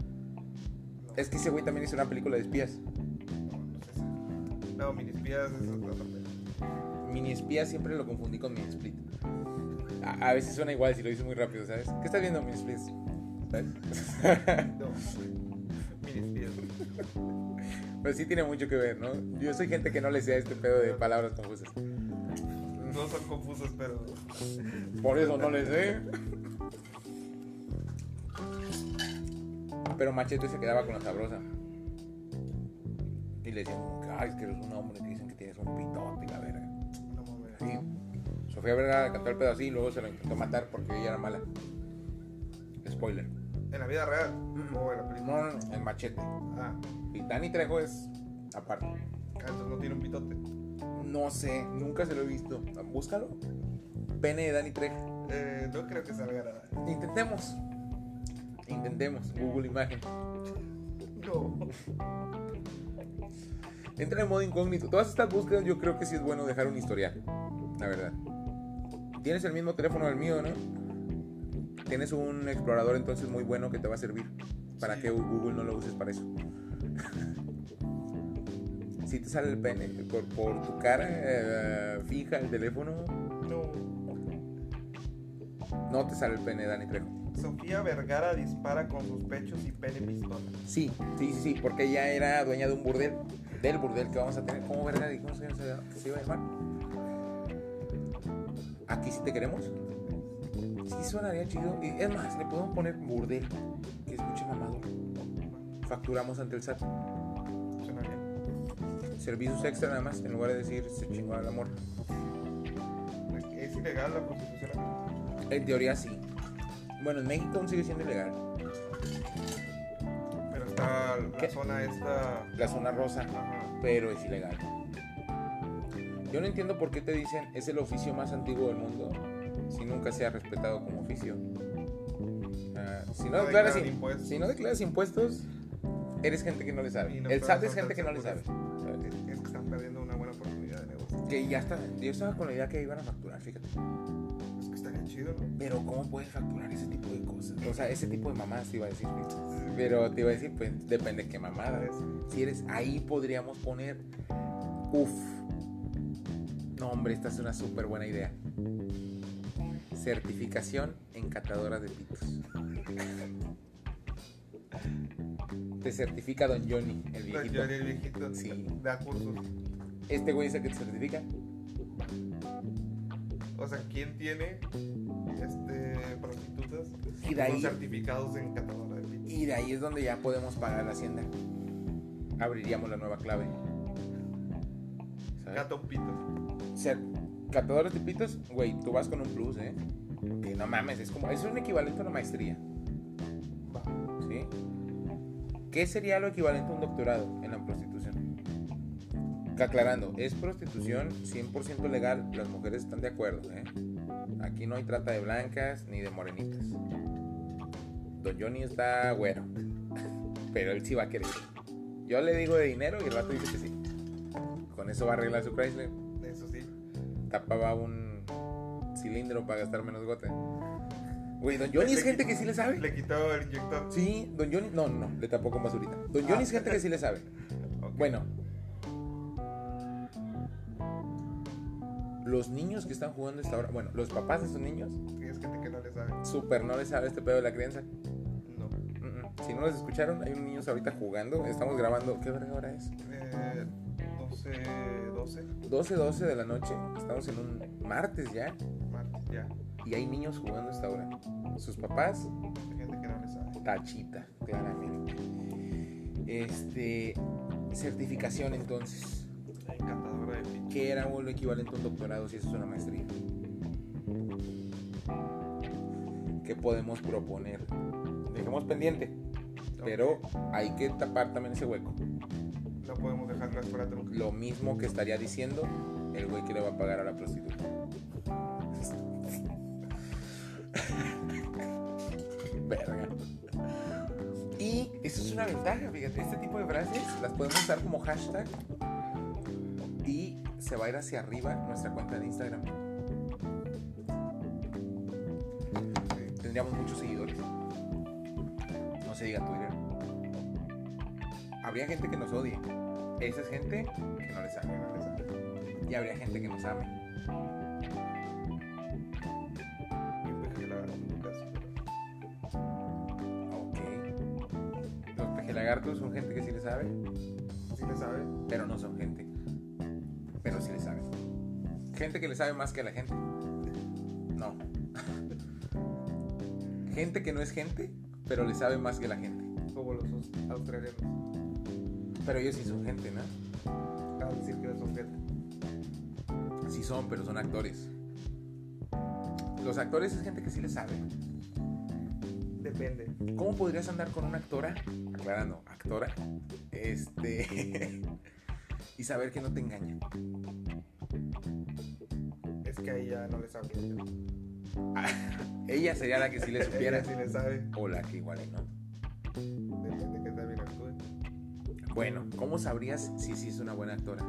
Speaker 1: Es que ese güey también hizo una película de espías.
Speaker 2: no, no es esa. No, mis pies es otra parte.
Speaker 1: Mini espía siempre lo confundí con mini split. A, a veces suena igual si lo dices muy rápido, ¿sabes? ¿Qué estás viendo, mini split? ¿Sabes?
Speaker 2: No. Mis pies.
Speaker 1: Pero sí tiene mucho que ver, ¿no? Yo soy gente que no le sea este pedo de palabras confusas.
Speaker 2: No son confusos, pero.
Speaker 1: Por eso no le sé. Pero Machete se quedaba con la sabrosa. Y le decían, como que, ay, es que eres un hombre que dicen que tienes un pitote y la verga.
Speaker 2: No mames.
Speaker 1: Y Sofía Vergara cantó el pedo así y luego se lo intentó matar porque ella era mala. Spoiler.
Speaker 2: ¿En la vida real?
Speaker 1: Mm.
Speaker 2: ¿O en la película?
Speaker 1: No, no, no, el machete.
Speaker 2: Ah,
Speaker 1: Y Dani Trejo es aparte.
Speaker 2: entonces no tiene un pitote.
Speaker 1: No sé, nunca se lo he visto. Búscalo. Pene de Dani Trejo.
Speaker 2: Eh, no creo que salga nada.
Speaker 1: Intentemos. Intentemos. Google Imagen.
Speaker 2: No.
Speaker 1: Entra en modo incógnito. Todas estas búsquedas yo creo que sí es bueno dejar un historial. La verdad. Tienes el mismo teléfono del mío, ¿no? Tienes un explorador entonces muy bueno que te va a servir. Para
Speaker 2: Sí.
Speaker 1: que Google no lo uses para eso. si te sale el pene por, por tu cara eh, fija el teléfono,
Speaker 2: No.
Speaker 1: no te sale el pene, Dani Trejo.
Speaker 2: Sofía Vergara dispara con sus pechos y pene pistola.
Speaker 1: Sí, sí, sí, sí, porque ella era dueña de un burdel, del burdel que vamos a tener. ¿Cómo verga dijimos que se, que se iba a llamar? Aquí sí te queremos. Sí, sonaría chido. Y es más, le podemos poner burdel, que escuche mamado. Facturamos ante el SAT.
Speaker 2: Suena bien.
Speaker 1: Servicios extra nada más, en lugar de decir se chingó el amor.
Speaker 2: Es ilegal la prostitución.
Speaker 1: En teoría sí. Bueno, en México aún sigue siendo ilegal.
Speaker 2: Pero está la
Speaker 1: ¿Qué?
Speaker 2: zona esta.
Speaker 1: La zona rosa.
Speaker 2: Ajá.
Speaker 1: pero es ilegal. Yo no entiendo por qué te dicen es el oficio más antiguo del mundo si nunca se ha respetado como oficio. Ah, si, no
Speaker 2: No
Speaker 1: declaras,
Speaker 2: declaran
Speaker 1: im-
Speaker 2: impuestos.
Speaker 1: si no declaras impuestos, eres gente que no le sabe.
Speaker 2: Y no
Speaker 1: el SAT
Speaker 2: pagas
Speaker 1: es gente que no le sabe.
Speaker 2: tasas Es, es que están perdiendo una buena oportunidad de negocio.
Speaker 1: Que ya está. Yo estaba con la idea que iban a facturar, fíjate.
Speaker 2: Es que estaría chido, ¿no?
Speaker 1: Pero ¿cómo puedes facturar ese tipo de cosas? O sea, ese tipo de mamadas te iba a decir. Pero te iba a decir, pues depende de qué mamada.
Speaker 2: Es-
Speaker 1: Si eres ahí, podríamos poner. Uf. No, hombre, esta es una súper buena idea. Certificación en catadora de pitos. Te certifica Don Johnny, el
Speaker 2: Yo
Speaker 1: viejito.
Speaker 2: era el viejito.
Speaker 1: Sí.
Speaker 2: Da cursos.
Speaker 1: Este güey es el que te certifica.
Speaker 2: O sea, ¿quién tiene este, prostitutas
Speaker 1: Y de
Speaker 2: con
Speaker 1: ahí,
Speaker 2: certificados en catadora de pitos?
Speaker 1: y de ahí es donde ya podemos pagar la hacienda. Abriríamos la nueva clave. ¿Sabes?
Speaker 2: Gato pito.
Speaker 1: O sea, catadores de pitos, güey, tú vas con un plus, ¿eh? Que no mames, es como, es un equivalente a una maestría,
Speaker 2: Va.
Speaker 1: ¿sí? ¿Qué sería lo equivalente a un doctorado en la prostitución? Aclarando, es prostitución 100% legal, las mujeres están de acuerdo, ¿eh? Aquí no hay trata de blancas ni de morenitas. Don Johnny está güero, pero él sí va a querer. Yo le digo de dinero y el rato dice que sí. Con eso va a arreglar su Chrysler.
Speaker 2: Eso sí.
Speaker 1: Tapaba un cilindro para gastar menos gota. Güey, Don Johnny es
Speaker 2: Le
Speaker 1: gente
Speaker 2: quit-
Speaker 1: que sí le sabe.
Speaker 2: Le quitó el inyector.
Speaker 1: Sí, Don Johnny. No, no, le tapó con basurita.
Speaker 2: Ah.
Speaker 1: Don Johnny es gente que sí le sabe.
Speaker 2: Ok.
Speaker 1: Bueno. Los niños que están jugando esta hora, bueno, los papás de esos niños,
Speaker 2: Es gente que no le sabe.
Speaker 1: súper no les sabe este pedo de la crianza.
Speaker 2: No.
Speaker 1: Mm, mm. Si no los escucharon, hay unos niños ahorita jugando. Estamos grabando, ¿qué verga hora es?
Speaker 2: Eh, 12, 12,
Speaker 1: 12, 12 de la noche. Estamos en un martes ya.
Speaker 2: martes, ya.
Speaker 1: Y hay niños jugando a esta hora. Sus papás,
Speaker 2: Hay gente que no le sabe.
Speaker 1: tachita, claramente. Este. Certificación entonces.
Speaker 2: Encantadora de pinche.
Speaker 1: que era lo equivalente a un doctorado si eso es una maestría? ¿Qué podemos proponer? Dejemos pendiente, pero hay que tapar también ese hueco.
Speaker 2: No podemos dejar la escuela trunca.
Speaker 1: Lo mismo que estaría diciendo el güey que le va a pagar a la prostituta. Verga. Y eso es una ventaja, fíjate. Este tipo de frases las podemos usar como hashtag y se va a ir hacia arriba nuestra cuenta de Instagram. Tendríamos muchos seguidores. No se diga Twitter. Habría gente que nos odie. Esa es gente que no les sabe.
Speaker 2: No le sabe.
Speaker 1: Y habría gente que nos ame.
Speaker 2: Yo pensé pues que la agarró en tu caso, pero
Speaker 1: Ok. Los pejelagartos son gente que sí le sabe,
Speaker 2: Sí le sabe.
Speaker 1: pero no son gente. Pero sí le sabe. Gente que le sabe más que a la gente. No. gente que no es gente, pero le sabe más que la gente.
Speaker 2: Como los aus- australianos.
Speaker 1: Pero ellos sí son gente, ¿no?
Speaker 2: A decir que no son gente.
Speaker 1: Sí son, pero son actores. Los actores es gente que sí le sabe.
Speaker 2: Depende.
Speaker 1: ¿Cómo podrías andar con una actora? Aclarando, actora. Este. y saber que no te engaña.
Speaker 2: Es que ahí ya no le sabe.
Speaker 1: Ella sería la que sí le supiera.
Speaker 2: Ella sí le sabe.
Speaker 1: O la que igual y no.
Speaker 2: Depende que también actúe.
Speaker 1: Bueno, ¿cómo sabrías si sí es una buena actora?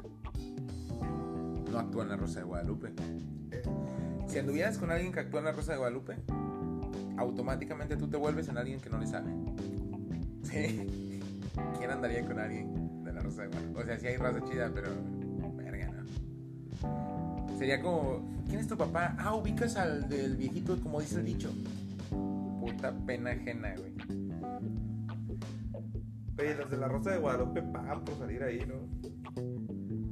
Speaker 1: No actúa en La Rosa de Guadalupe.
Speaker 2: Eh,
Speaker 1: Si anduvieras con alguien que actúa en La Rosa de Guadalupe, automáticamente tú te vuelves en alguien que no le sabe. Sí. ¿Quién andaría con alguien de La Rosa de Guadalupe? O sea, sí hay raza chida, pero... Verga, no. Sería como... ¿Quién es tu papá? Ah, ubicas al del viejito, como dice el dicho. Puta pena ajena, güey.
Speaker 2: Oye, los de la Rosa de Guadalupe pagan por salir ahí, ¿no?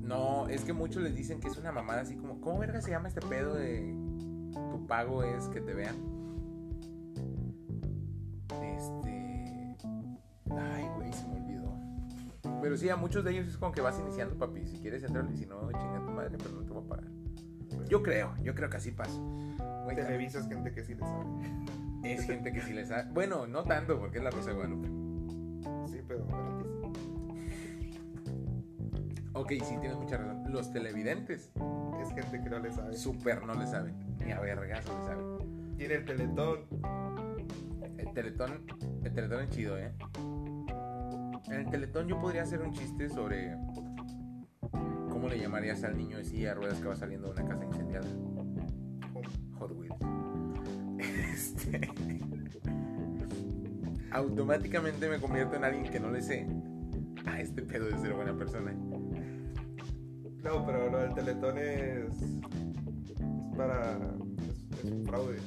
Speaker 1: No, es que muchos les dicen que es una mamada así como, ¿cómo verga se llama este pedo de tu pago es que te vean? Este. Ay, güey, se me olvidó. Pero sí, a muchos de ellos es como que vas iniciando, papi. Si quieres entrar, y si no, chinga tu madre, pero no te voy a pagar. Yo creo, yo creo que así pasa. Güey, también
Speaker 2: Televisa es Pues, gente que sí le sabe.
Speaker 1: es gente que sí les ha. Bueno, no tanto, porque es la Rosa de Guadalupe.
Speaker 2: Sí, pero gratis.
Speaker 1: Ok, sí, tienes mucha razón. Los televidentes,
Speaker 2: Es gente que no le sabe.
Speaker 1: súper no le saben. Ni a vergaso le saben.
Speaker 2: Tiene el teletón.
Speaker 1: El teletón, el teletón es chido, ¿eh? En el teletón yo podría hacer un chiste sobre cómo le llamarías al niño de silla de ruedas que va saliendo de una casa incendiada.
Speaker 2: ¿Cómo?
Speaker 1: Hot Wheels. Este... Automáticamente me convierto en alguien que no le sé a este pedo de ser buena persona.
Speaker 2: No, pero lo del teletón es, es para. Es, es un fraude.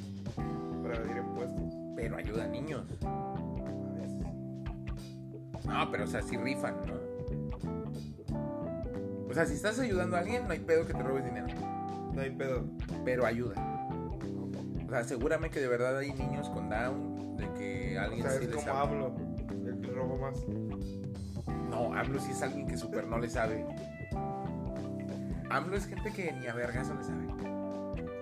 Speaker 2: Para evadir impuestos.
Speaker 1: Pero ayuda a niños.
Speaker 2: A veces.
Speaker 1: No, pero o sea, sí rifan, ¿no? O sea, si estás ayudando a alguien, no hay pedo que te robes dinero.
Speaker 2: No hay pedo.
Speaker 1: pero ayuda. O sea, asegúrame que de verdad hay niños con Down, de que
Speaker 2: O
Speaker 1: alguien
Speaker 2: sea,
Speaker 1: sí
Speaker 2: es
Speaker 1: les
Speaker 2: como
Speaker 1: sabe.
Speaker 2: hablo. El que robo más.
Speaker 1: No, AMLO sí es alguien que super no le sabe. AMLO es gente que ni a vergas le sabe.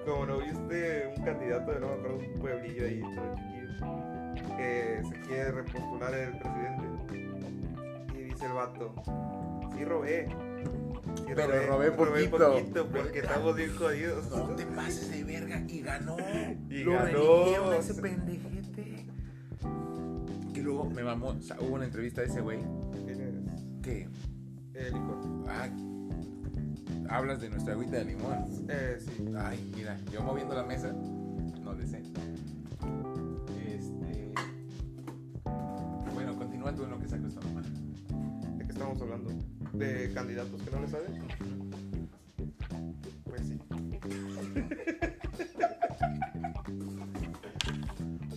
Speaker 2: Como no viste un candidato de no me acuerdo, un pueblillo ahí, todo chiquillo, que se quiere repostular el presidente. Y dice el vato: Sí, robé. Y
Speaker 1: Pero robé poquito.
Speaker 2: porque estamos bien jodidos.
Speaker 1: No te pases de verga. Y ganó.
Speaker 2: Y
Speaker 1: Lo
Speaker 2: ganó.
Speaker 1: eligieron a ese pendejete. Que luego me mamó. o sea, hubo una entrevista de ese güey
Speaker 2: ¿Quién eres?
Speaker 1: que.
Speaker 2: Eh, licor.
Speaker 1: ah, hablas de nuestra agüita de limón.
Speaker 2: Eh, sí.
Speaker 1: Ay, mira, yo moviendo la mesa, no le sé. Este. Bueno, continúa tú en lo que sacó esta mamá.
Speaker 2: ¿De qué estamos hablando? ¿De candidatos que no le saben? Pues sí.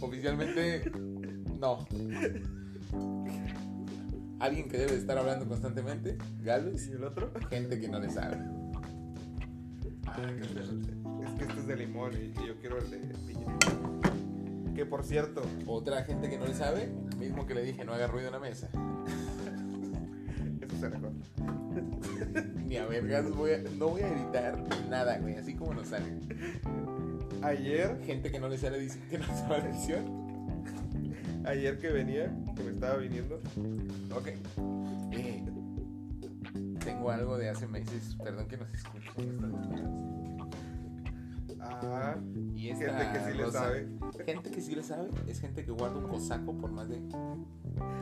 Speaker 1: Oficialmente, no. Alguien que debe de estar hablando constantemente,
Speaker 2: ¿Y
Speaker 1: Gales,
Speaker 2: el otro?
Speaker 1: gente que no le sabe. Ah, Ay, qué fuerte.
Speaker 2: Es que este es de limón y, y yo quiero el de piña. Que por cierto,
Speaker 1: Otra gente que no le sabe, el mismo que le dije, no haga ruido en la mesa.
Speaker 2: eso se recorta.
Speaker 1: Ni a vergas, voy a- no voy a editar nada, güey, así como nos sale.
Speaker 2: Ayer,
Speaker 1: Gente que no le sabe, dice que no sabe la edición.
Speaker 2: ayer que venía, que me estaba viniendo,
Speaker 1: Ok. Eh, tengo algo de hace meses. Perdón que nos escuchen estas mierdas.
Speaker 2: ah,
Speaker 1: Y esta
Speaker 2: gente que sí le
Speaker 1: rosa-
Speaker 2: sabe.
Speaker 1: Gente que sí le sabe es gente que guarda un cosaco por más de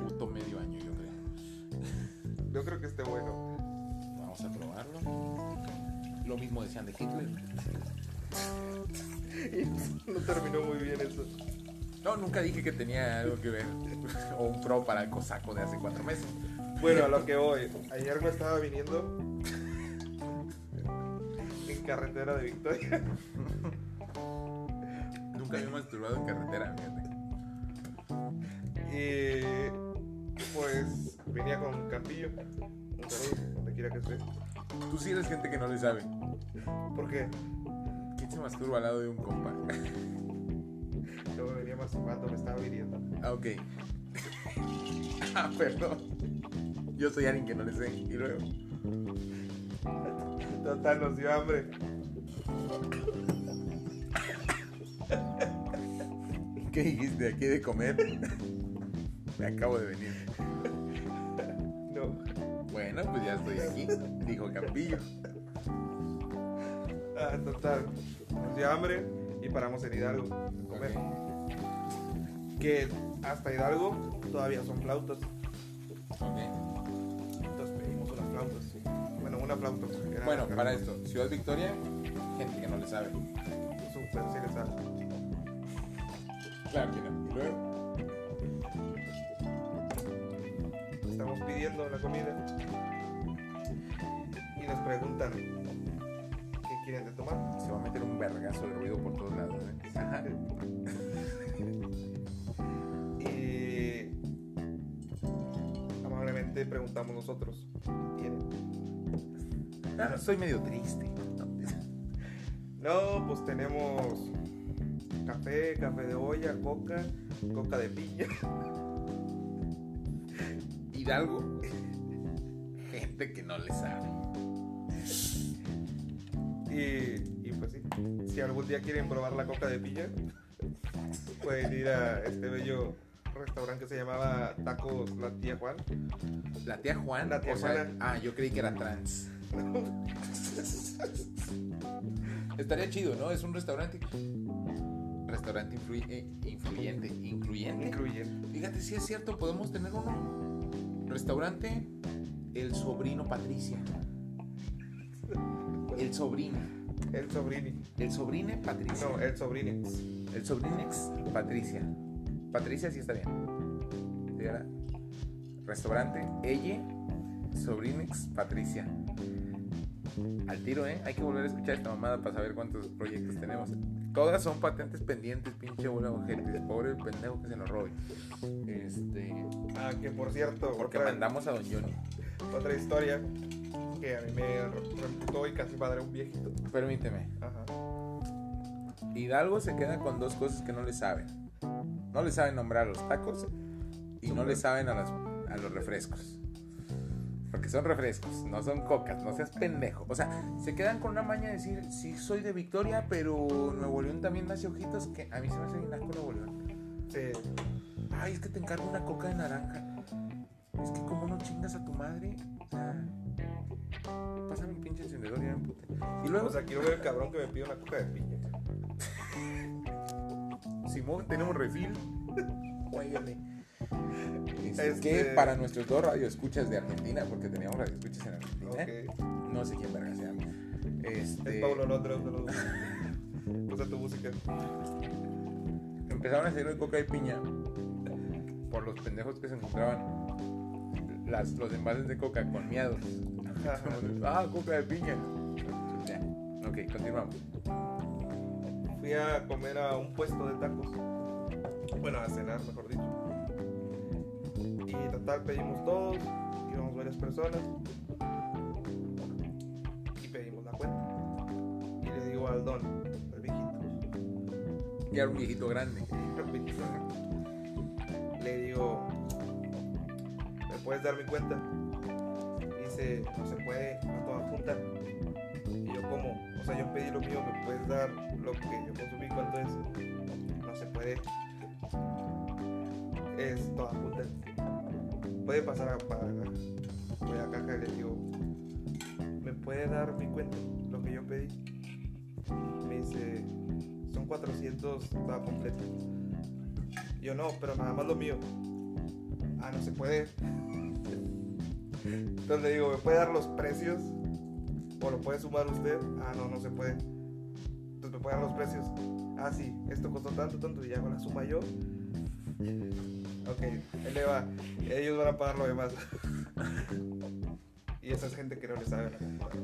Speaker 1: puto medio año, yo creo.
Speaker 2: Yo creo que esté bueno.
Speaker 1: Vamos a probarlo. Lo mismo decían de Hitler.
Speaker 2: No terminó muy bien eso.
Speaker 1: No, nunca dije que tenía algo que ver. o un pro para el cosaco de hace cuatro meses.
Speaker 2: Bueno, a lo que voy. Ayer me estaba viniendo en carretera de Victoria.
Speaker 1: Nunca había masturbado en carretera, fíjate.
Speaker 2: Y pues venía con Campillo. Un saludo, donde quiera que esté.
Speaker 1: Tú sí eres gente que no le sabe.
Speaker 2: Porque
Speaker 1: ¿Quién se masturba al lado de un compa?
Speaker 2: yo me venía masturbando, me estaba viniendo.
Speaker 1: Ah, ok. ah, perdón. Yo soy alguien que no le sé. Y luego.
Speaker 2: Total, nos dio hambre.
Speaker 1: ¿Qué dijiste? ¿Aquí hay de comer? Me acabo de venir.
Speaker 2: No.
Speaker 1: Bueno, pues ya estoy aquí. Dijo Campillo.
Speaker 2: Ah, total. Nos dio hambre y paramos en Hidalgo a comer. Que hasta Hidalgo todavía son flautas.
Speaker 1: Ok.
Speaker 2: Entonces pedimos unas flautas. Bueno, una flauta. porque era-
Speaker 1: Bueno,
Speaker 2: era
Speaker 1: para esto. Ciudad Victoria, gente que no le sabe.
Speaker 2: súper cerezada.
Speaker 1: Claro que no. Y luego.
Speaker 2: Estamos pidiendo la comida. Y nos preguntan qué quieren de tomar.
Speaker 1: Se va a meter un vergazo de ruido por todos lados. ¿eh? Ajá.
Speaker 2: Y eh, amablemente preguntamos nosotros qué quieren.
Speaker 1: Ah, soy medio triste.
Speaker 2: No, pues tenemos café, café de olla, coca, coca de piña.
Speaker 1: Hidalgo. Gente que no le sabe.
Speaker 2: Y, y pues sí, si algún día quieren probar la coca de piña, pueden ir a este bello restaurante que se llamaba Tacos La Tía Juan.
Speaker 1: La tía Juan.
Speaker 2: La tía
Speaker 1: o sea,
Speaker 2: Juana.
Speaker 1: ah, yo creí que era trans. Estaría chido, ¿no? Es un restaurante. Restaurante influi- eh, influyente. Incluyente.
Speaker 2: Incluyen.
Speaker 1: Fíjate, si es cierto, podemos tener uno. Restaurante El Sobrino Patricia. El Sobrino.
Speaker 2: El sobrini.
Speaker 1: El Sobrine Patricia.
Speaker 2: No, el sobrini.
Speaker 1: El Sobrinex Patricia. Patricia sí está bien. Sí, ¿verdad? Restaurante Elle Sobrinex Patricia. Al tiro, ¿eh? Hay que volver a escuchar esta mamada para saber cuántos proyectos tenemos. Todas son patentes pendientes, pinche bola gente. Pobre el pendejo que se nos robe. Este.
Speaker 2: Ah, que por cierto,
Speaker 1: Porque
Speaker 2: otra,
Speaker 1: mandamos a Don Johnny.
Speaker 2: otra historia que a mí me reputó y casi madre un viejito.
Speaker 1: Permíteme.
Speaker 2: Ajá.
Speaker 1: Hidalgo se queda con dos cosas que no le saben. No le saben nombrar a los tacos y no le saben a, las- a los refrescos. Porque son refrescos, no son cocas, no seas pendejo. O sea, se quedan con una maña de decir, sí, soy de Victoria, pero Nuevo León también me hace ojitos, que a mí se me hace bien asco Nuevo León.
Speaker 2: Sí,
Speaker 1: Ay, es que te encargo una coca de naranja. Es que como no chingas a tu madre, o sea, Pásame un pinche encendedor ya me emputé. Y luego,
Speaker 2: O sea, quiero ver el cabrón que me pide una coca de piña.
Speaker 1: Simón, tenemos refil. Juégale.
Speaker 2: Este-
Speaker 1: Que para nuestros dos radioescuchas de Argentina, porque teníamos radioescuchas en Argentina,
Speaker 2: Ok.
Speaker 1: no sé quién verga se llama. Este,
Speaker 2: Es Pablo Londres, no lo Usa tu música.
Speaker 1: empezaron a hacer de coca y piña por los pendejos que se encontraban las, los envases de coca con miados. ah, coca de piña. Ya. Ok, continuamos.
Speaker 2: Fui a comer a un puesto de tacos. Bueno, a cenar, mejor dicho. Y total, pedimos todos, íbamos varias personas. Y pedimos la cuenta. Y le digo al don, al viejito,
Speaker 1: Ya era un viejito grande.
Speaker 2: al viejito, le digo, ¿me puedes dar mi cuenta? Dice, no se puede, a toda junta. Y yo como, o sea, yo pedí lo mío, ¿me puedes dar lo que yo consumí? ¿Cuánto es? No se puede. Es toda junta. Puede pasar a para voy a caja y le digo, ¿me puede dar mi cuenta? Lo que yo pedí. Me dice, son 400 toda completa. Yo no, pero nada más lo mío. Ah, no se puede. Entonces le digo, ¿me puede dar los precios? ¿O lo puede sumar usted? Ah, no, no se puede. Entonces me puede dar los precios. Ah, sí, esto costó tanto, tanto, y ya hago la suma yo. Ok, él le va. Ellos van a pagar lo demás. y esa es gente que no le sabe a la computadora.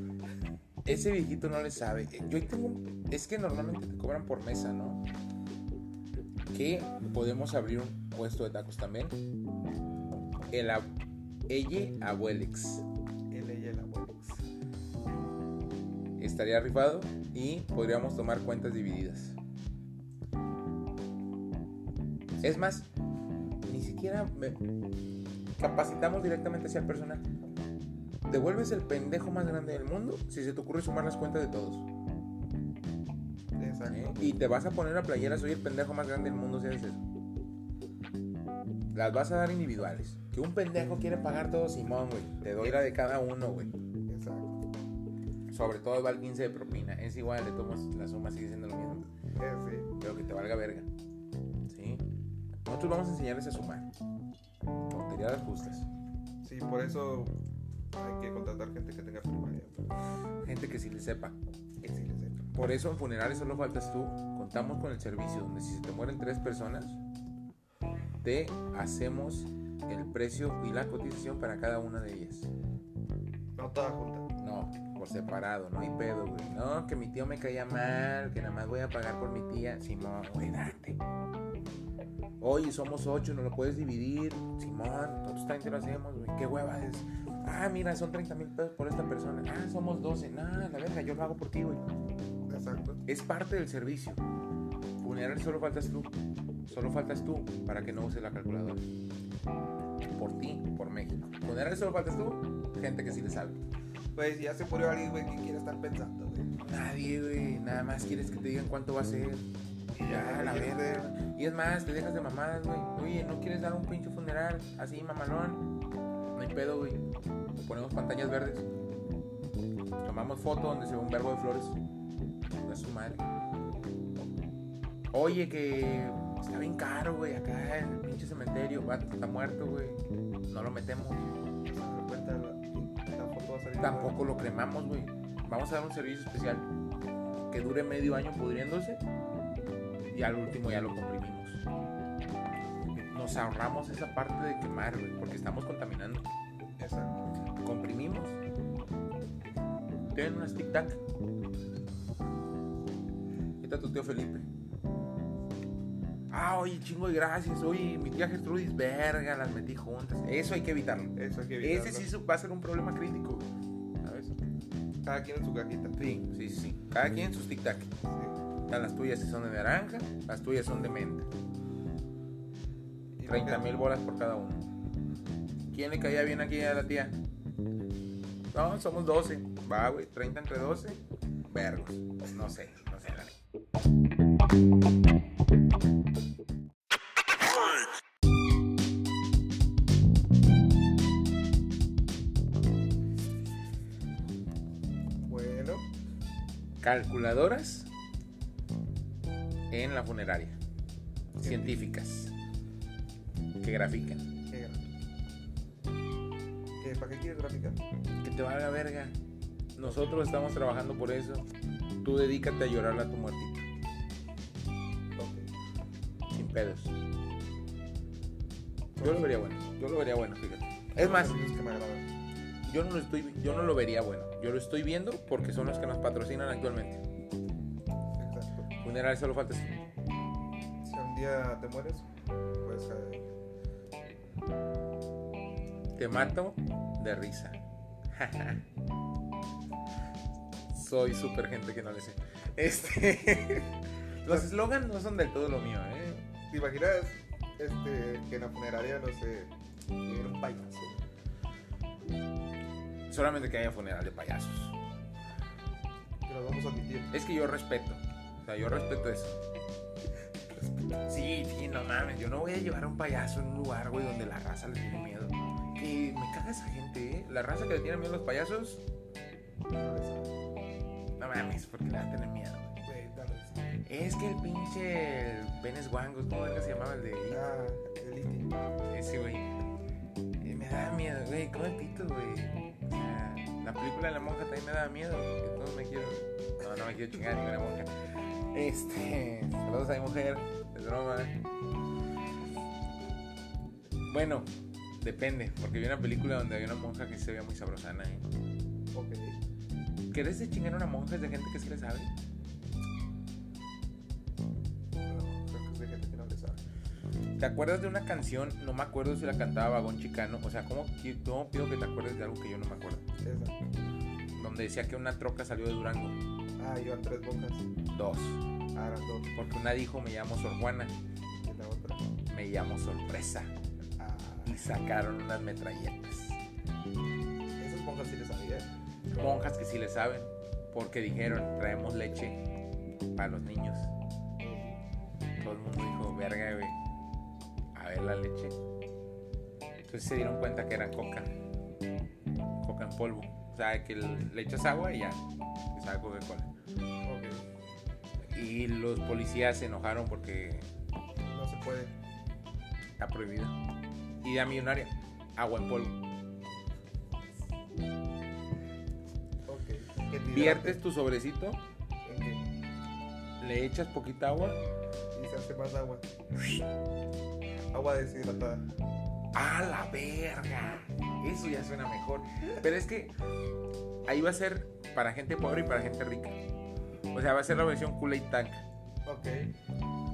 Speaker 1: Ese viejito no le sabe. Eh, Yo ahí tengo. un- Es que normalmente te cobran por mesa, ¿no? Que podemos abrir un puesto de tacos también. El ab... Elle Abuelix.
Speaker 2: Él y el abuelo.
Speaker 1: Estaría rifado y podríamos tomar cuentas divididas. Es más, ni siquiera me- capacitamos directamente hacia el personal. Devuelves el pendejo más grande del mundo si se te ocurre sumar las cuentas de todos. ¿Eh?
Speaker 2: Exacto.
Speaker 1: Y te vas a poner a playera, soy el pendejo más grande del mundo si haces eso. Las vas a dar individuales. Que un pendejo quiere pagar todo, Simón, güey. Te doy la de cada uno, güey.
Speaker 2: Exacto.
Speaker 1: Sobre todo va el 15 de propina. Es igual, le tomas la suma, sigue siendo lo mismo.
Speaker 2: Eh, sí.
Speaker 1: Pero que te valga verga. ¿Sí? Nosotros vamos a enseñarles a sumar. Tonterías justas.
Speaker 2: Sí, por eso hay que contratar gente que tenga primaria.
Speaker 1: Gente que sí le sepa.
Speaker 2: Que sí le sepa.
Speaker 1: Por eso en funerales solo faltas tú. Contamos con el servicio donde si se te mueren tres personas, te hacemos el precio y la cotización para cada una de ellas.
Speaker 2: No toda junta.
Speaker 1: No, por separado, no hay pedo, güey. No, que mi tío me caía mal, que nada más voy a pagar por mi tía. Simón, güey, date. Oye, somos ocho, no lo puedes dividir. Simón, nosotros también te lo hacemos, güey. Qué hueva es. Ah, mira, son 30 mil pesos por esta persona. Ah, somos 12. Nah, la verga, yo lo hago por ti, güey.
Speaker 2: Exacto.
Speaker 1: Es parte del servicio. Funeral solo faltas tú. Solo faltas tú para que no uses la calculadora. Por ti, por México. Funeral solo faltas tú, gente que sí le sabe.
Speaker 2: Güey, si Pues, ya se murió alguien, güey, ¿qué quiere estar pensando, güey?
Speaker 1: Nadie, güey. Nada más quieres que te digan cuánto va a ser.
Speaker 2: Y ya,
Speaker 1: Ah, la
Speaker 2: la
Speaker 1: verga. Y es más, te dejas de mamadas, güey. Oye, ¿no quieres dar un pinche funeral así, mamalón? No hay pedo, güey. Ponemos pantallas verdes. Tomamos foto donde se ve un verbo de flores. No es su madre. Oye, que está bien caro, güey, acá en el pinche cementerio. Va, está muerto, güey. No lo metemos.
Speaker 2: Se cuenta la, la foto va a salir.
Speaker 1: Tampoco lo cremamos, güey. Vamos a dar un servicio especial que dure medio año pudriéndose y al último ya lo comprimimos. Nos ahorramos esa parte de quemar, güey, porque estamos contaminando.
Speaker 2: Exacto.
Speaker 1: Comprimimos. Tienen unas tic-tac. Ahí está tu tío Felipe. Ah, oye, chingo de gracias. Oye, mi tía Gertrudis, verga, las metí juntas. Eso hay que evitarlo.
Speaker 2: Eso hay que evitarlo.
Speaker 1: Ese sí su- va a ser un problema crítico, güey. ¿Sabes?
Speaker 2: Cada quien en su cajita.
Speaker 1: Sí, sí, sí. Cada quien sus tic-tac.
Speaker 2: Sí.
Speaker 1: Están Las tuyas sí son de naranja, las tuyas son de menta.
Speaker 2: Y
Speaker 1: 30 mil bolas por cada uno. ¿Quién le caía bien aquí a la tía? No, somos 12. Va, güey, 30 entre 12. Vergos. No sé, no sé. la neta. calculadoras en la funeraria. Científicas. Que grafican.
Speaker 2: ¿Qué gra- ¿Qué, ¿Para qué quieres graficar?
Speaker 1: Que te valga verga. Nosotros estamos trabajando por eso. Tú dedícate a llorar a tu muertito.
Speaker 2: Ok.
Speaker 1: Sin pedos. Yo lo vería bueno. Yo lo vería bueno, fíjate. Es más,
Speaker 2: Son servicios que me agradan.
Speaker 1: yo no lo estoy, yo no lo vería bueno. Yo lo estoy viendo porque son los que nos patrocinan actualmente.
Speaker 2: Exacto.
Speaker 1: Funeral solo falta eso.
Speaker 2: Si un día te mueres, pues eh,
Speaker 1: Te mato de risa. Soy súper gente que no le sé. Este. Los eslogans no son del todo lo mío, ¿eh?
Speaker 2: ¿te imaginas este, que en la funeraria, no sé, llegara un payaso?
Speaker 1: Solamente que haya funeral de payasos.
Speaker 2: Que lo vamos a admitir.
Speaker 1: Es que yo respeto. O sea, yo respeto eso. Sí, sí, no mames. Yo no voy a llevar a un payaso en un lugar, güey, donde la raza le tiene miedo. Que me caga esa gente, ¿eh? La raza que le tiene miedo a los payasos, no mames, porque le va a tener miedo.
Speaker 2: Güey, dale esa.
Speaker 1: Es que el pinche el Benes Guangos, ¿cómo verga se llamaba el de It?
Speaker 2: Ah, el Iti.
Speaker 1: Ese güey. Eh, Me daba miedo, güey. ¿Cómo el pito, güey? O sea, la película de la monja también me daba miedo. Que todos me quiero. No, no me quiero chingar ninguna monja. Este. Saludos a mi mujer. Es broma. Bueno, depende. Porque vi una película donde había una monja que se veía muy sabrosana, ¿eh?
Speaker 2: Ok.
Speaker 1: ¿Querés de chingar a una monja? Es de gente que sí le sabe.
Speaker 2: No, creo que es de gente que no le sabe.
Speaker 1: ¿Te acuerdas de una canción? No me acuerdo si la cantaba Vagón Chicano. O sea, ¿cómo, qui- cómo pido que te acuerdes de algo que yo no me acuerdo?
Speaker 2: Esa.
Speaker 1: Donde decía que una troca salió de Durango.
Speaker 2: Ah, iban tres bocas.
Speaker 1: Dos.
Speaker 2: Ah, eran dos.
Speaker 1: Porque una dijo me llamo Sor Juana,
Speaker 2: Y la otra.
Speaker 1: me llamo Sorpresa.
Speaker 2: Ah,
Speaker 1: Y sacaron unas metralletas.
Speaker 2: esas bocas sí les sabía. ¿eh?
Speaker 1: Monjas que sí le saben. Porque dijeron, traemos leche para los niños. Todo el mundo dijo, verga, güey. A ver la leche. Entonces se dieron cuenta que era coca. Coca en polvo. O sea, que le echas agua y ya. Que sabe Coca-Cola.
Speaker 2: Ok.
Speaker 1: Y los policías se enojaron porque
Speaker 2: No se puede.
Speaker 1: Está prohibido. Idea millonaria. Agua en polvo.
Speaker 2: Ok. Que te
Speaker 1: Viertes tu sobrecito,
Speaker 2: hidrate. Ok.
Speaker 1: le echas poquita agua.
Speaker 2: Y se hace más agua. Agua deshidratada.
Speaker 1: ¡A la verga! Eso ya suena mejor. Pero es que ahí va a ser para gente pobre y para gente rica. O sea, va a ser la versión Kool-Aid Tank.
Speaker 2: Ok.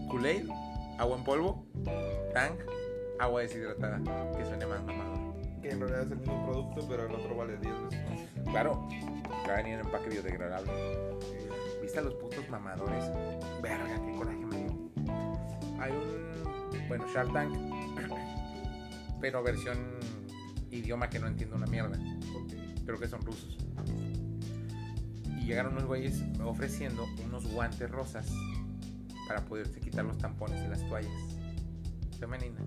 Speaker 1: Kool-Aid, agua en polvo, Tank, agua deshidratada. Que suene más mamado.
Speaker 2: Que en realidad es el mismo producto, pero el otro vale 10 veces más.
Speaker 1: Claro, va a venir en empaque biodegradable. ¿Viste a los putos mamadores? Verga, qué coraje me dio. Hay un. Bueno, Shark Tank. Pero versión idioma que no entiendo una mierda.
Speaker 2: Ok.
Speaker 1: Creo que son rusos. Y llegaron unos güeyes ofreciendo unos guantes rosas para poderse quitar los tampones y las toallas femeninas.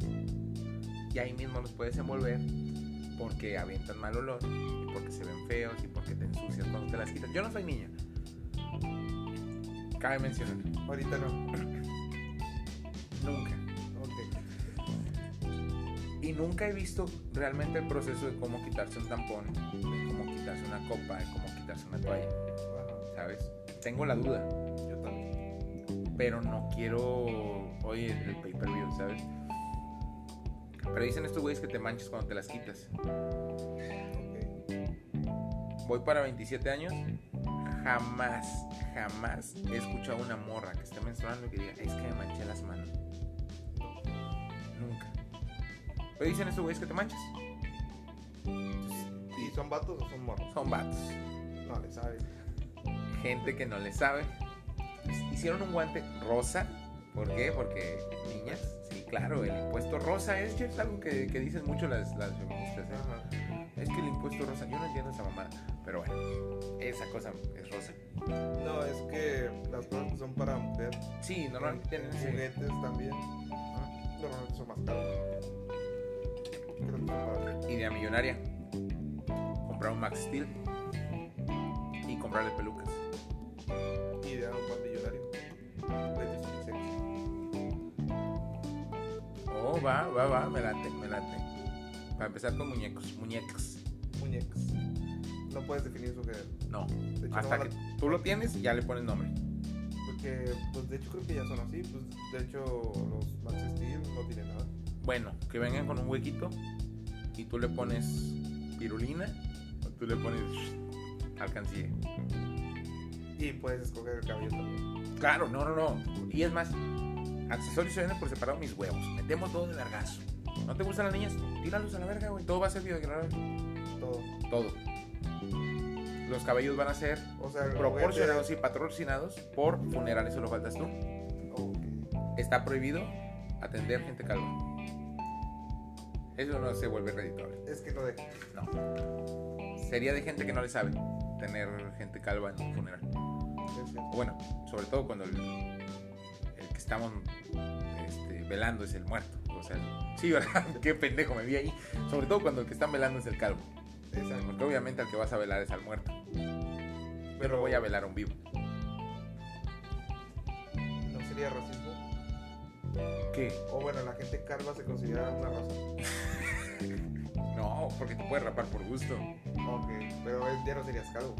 Speaker 1: Y ahí mismo los puedes envolver porque avientan mal olor, y porque se ven feos y porque te ensucias cuando te las quitas. Yo no soy niña. Cabe mencionar.
Speaker 2: Ahorita no.
Speaker 1: Nunca.
Speaker 2: Ok.
Speaker 1: Y nunca he visto realmente el proceso de cómo quitarse un tampón, de cómo quitarse una copa, de cómo quitarse una toalla,
Speaker 2: Ajá.
Speaker 1: ¿sabes? Tengo la duda,
Speaker 2: Yo también.
Speaker 1: pero no quiero, oye, el pay-per-view, ¿sabes? Pero dicen estos güeyes que te manches cuando te las quitas.
Speaker 2: Ok.
Speaker 1: Voy para 27 años, jamás, jamás he escuchado a una morra que esté menstruando y que diga, es que me manché las manos. Nunca. Pero dicen estos güeyes que te manches.
Speaker 2: ¿Y son vatos o son morros?
Speaker 1: Son vatos.
Speaker 2: No le sabe.
Speaker 1: gente que no le sabe. Hicieron un guante rosa. ¿Por qué? Porque niñas, sí, claro, el impuesto rosa es, es algo que, que dicen mucho las, las feministas. ¿eh?
Speaker 2: Ajá.
Speaker 1: Es que el impuesto rosa, yo no entiendo esa mamada, pero bueno, esa cosa es rosa.
Speaker 2: No, es que las cosas que son para mujer.
Speaker 1: Sí, normalmente tienen ese.
Speaker 2: juguetes también. Normalmente son más caros. Creo que son para-
Speaker 1: idea millonaria. Comprar un Max Steel y comprarle pelucas. Oh, va, va, va, me late, me late. Para empezar con muñecos, muñecos.
Speaker 2: Muñecos. No puedes definir su género.
Speaker 1: No,
Speaker 2: De hecho,
Speaker 1: hasta
Speaker 2: no
Speaker 1: que
Speaker 2: van a-
Speaker 1: tú lo tienes y ya le pones nombre.
Speaker 2: Porque, pues de hecho creo que ya son así. Pues de hecho los Max Steel no tienen nada.
Speaker 1: Bueno, que vengan con un huequito y tú le pones pirulina o tú le pones alcancía.
Speaker 2: Y puedes escoger el cabello también.
Speaker 1: Claro, no, no, no. Y es más, accesorios se venden por separado mis huevos. Metemos todo de largazo. ¿No te gustan las niñas? Tíralos a la verga, güey. Todo va a ser biodegradable.
Speaker 2: Todo.
Speaker 1: Todo. Los cabellos van a ser
Speaker 2: O sea, el
Speaker 1: proporcionados
Speaker 2: juguete-
Speaker 1: y patrocinados por funerales, solo faltas tú.
Speaker 2: Ok.
Speaker 1: Está prohibido atender gente calva. Eso no se vuelve redituable.
Speaker 2: Es que no de.
Speaker 1: No. Sería de gente que no le sabe tener gente calva en un funeral.
Speaker 2: es que-
Speaker 1: O Bueno, sobre todo cuando el, el que estamos este, velando es el muerto. O sea, sí, ¿verdad? Qué pendejo me vi ahí. Sobre todo cuando el que están velando es el calvo.
Speaker 2: Exacto.
Speaker 1: Porque obviamente al que vas a velar es al muerto. Yo no voy a velar a un vivo.
Speaker 2: ¿No sería racismo?
Speaker 1: ¿Qué?
Speaker 2: O bueno, la gente calva se considera una raza.
Speaker 1: No, porque te puedes rapar por gusto.
Speaker 2: Ok, pero es- ya no serías calvo.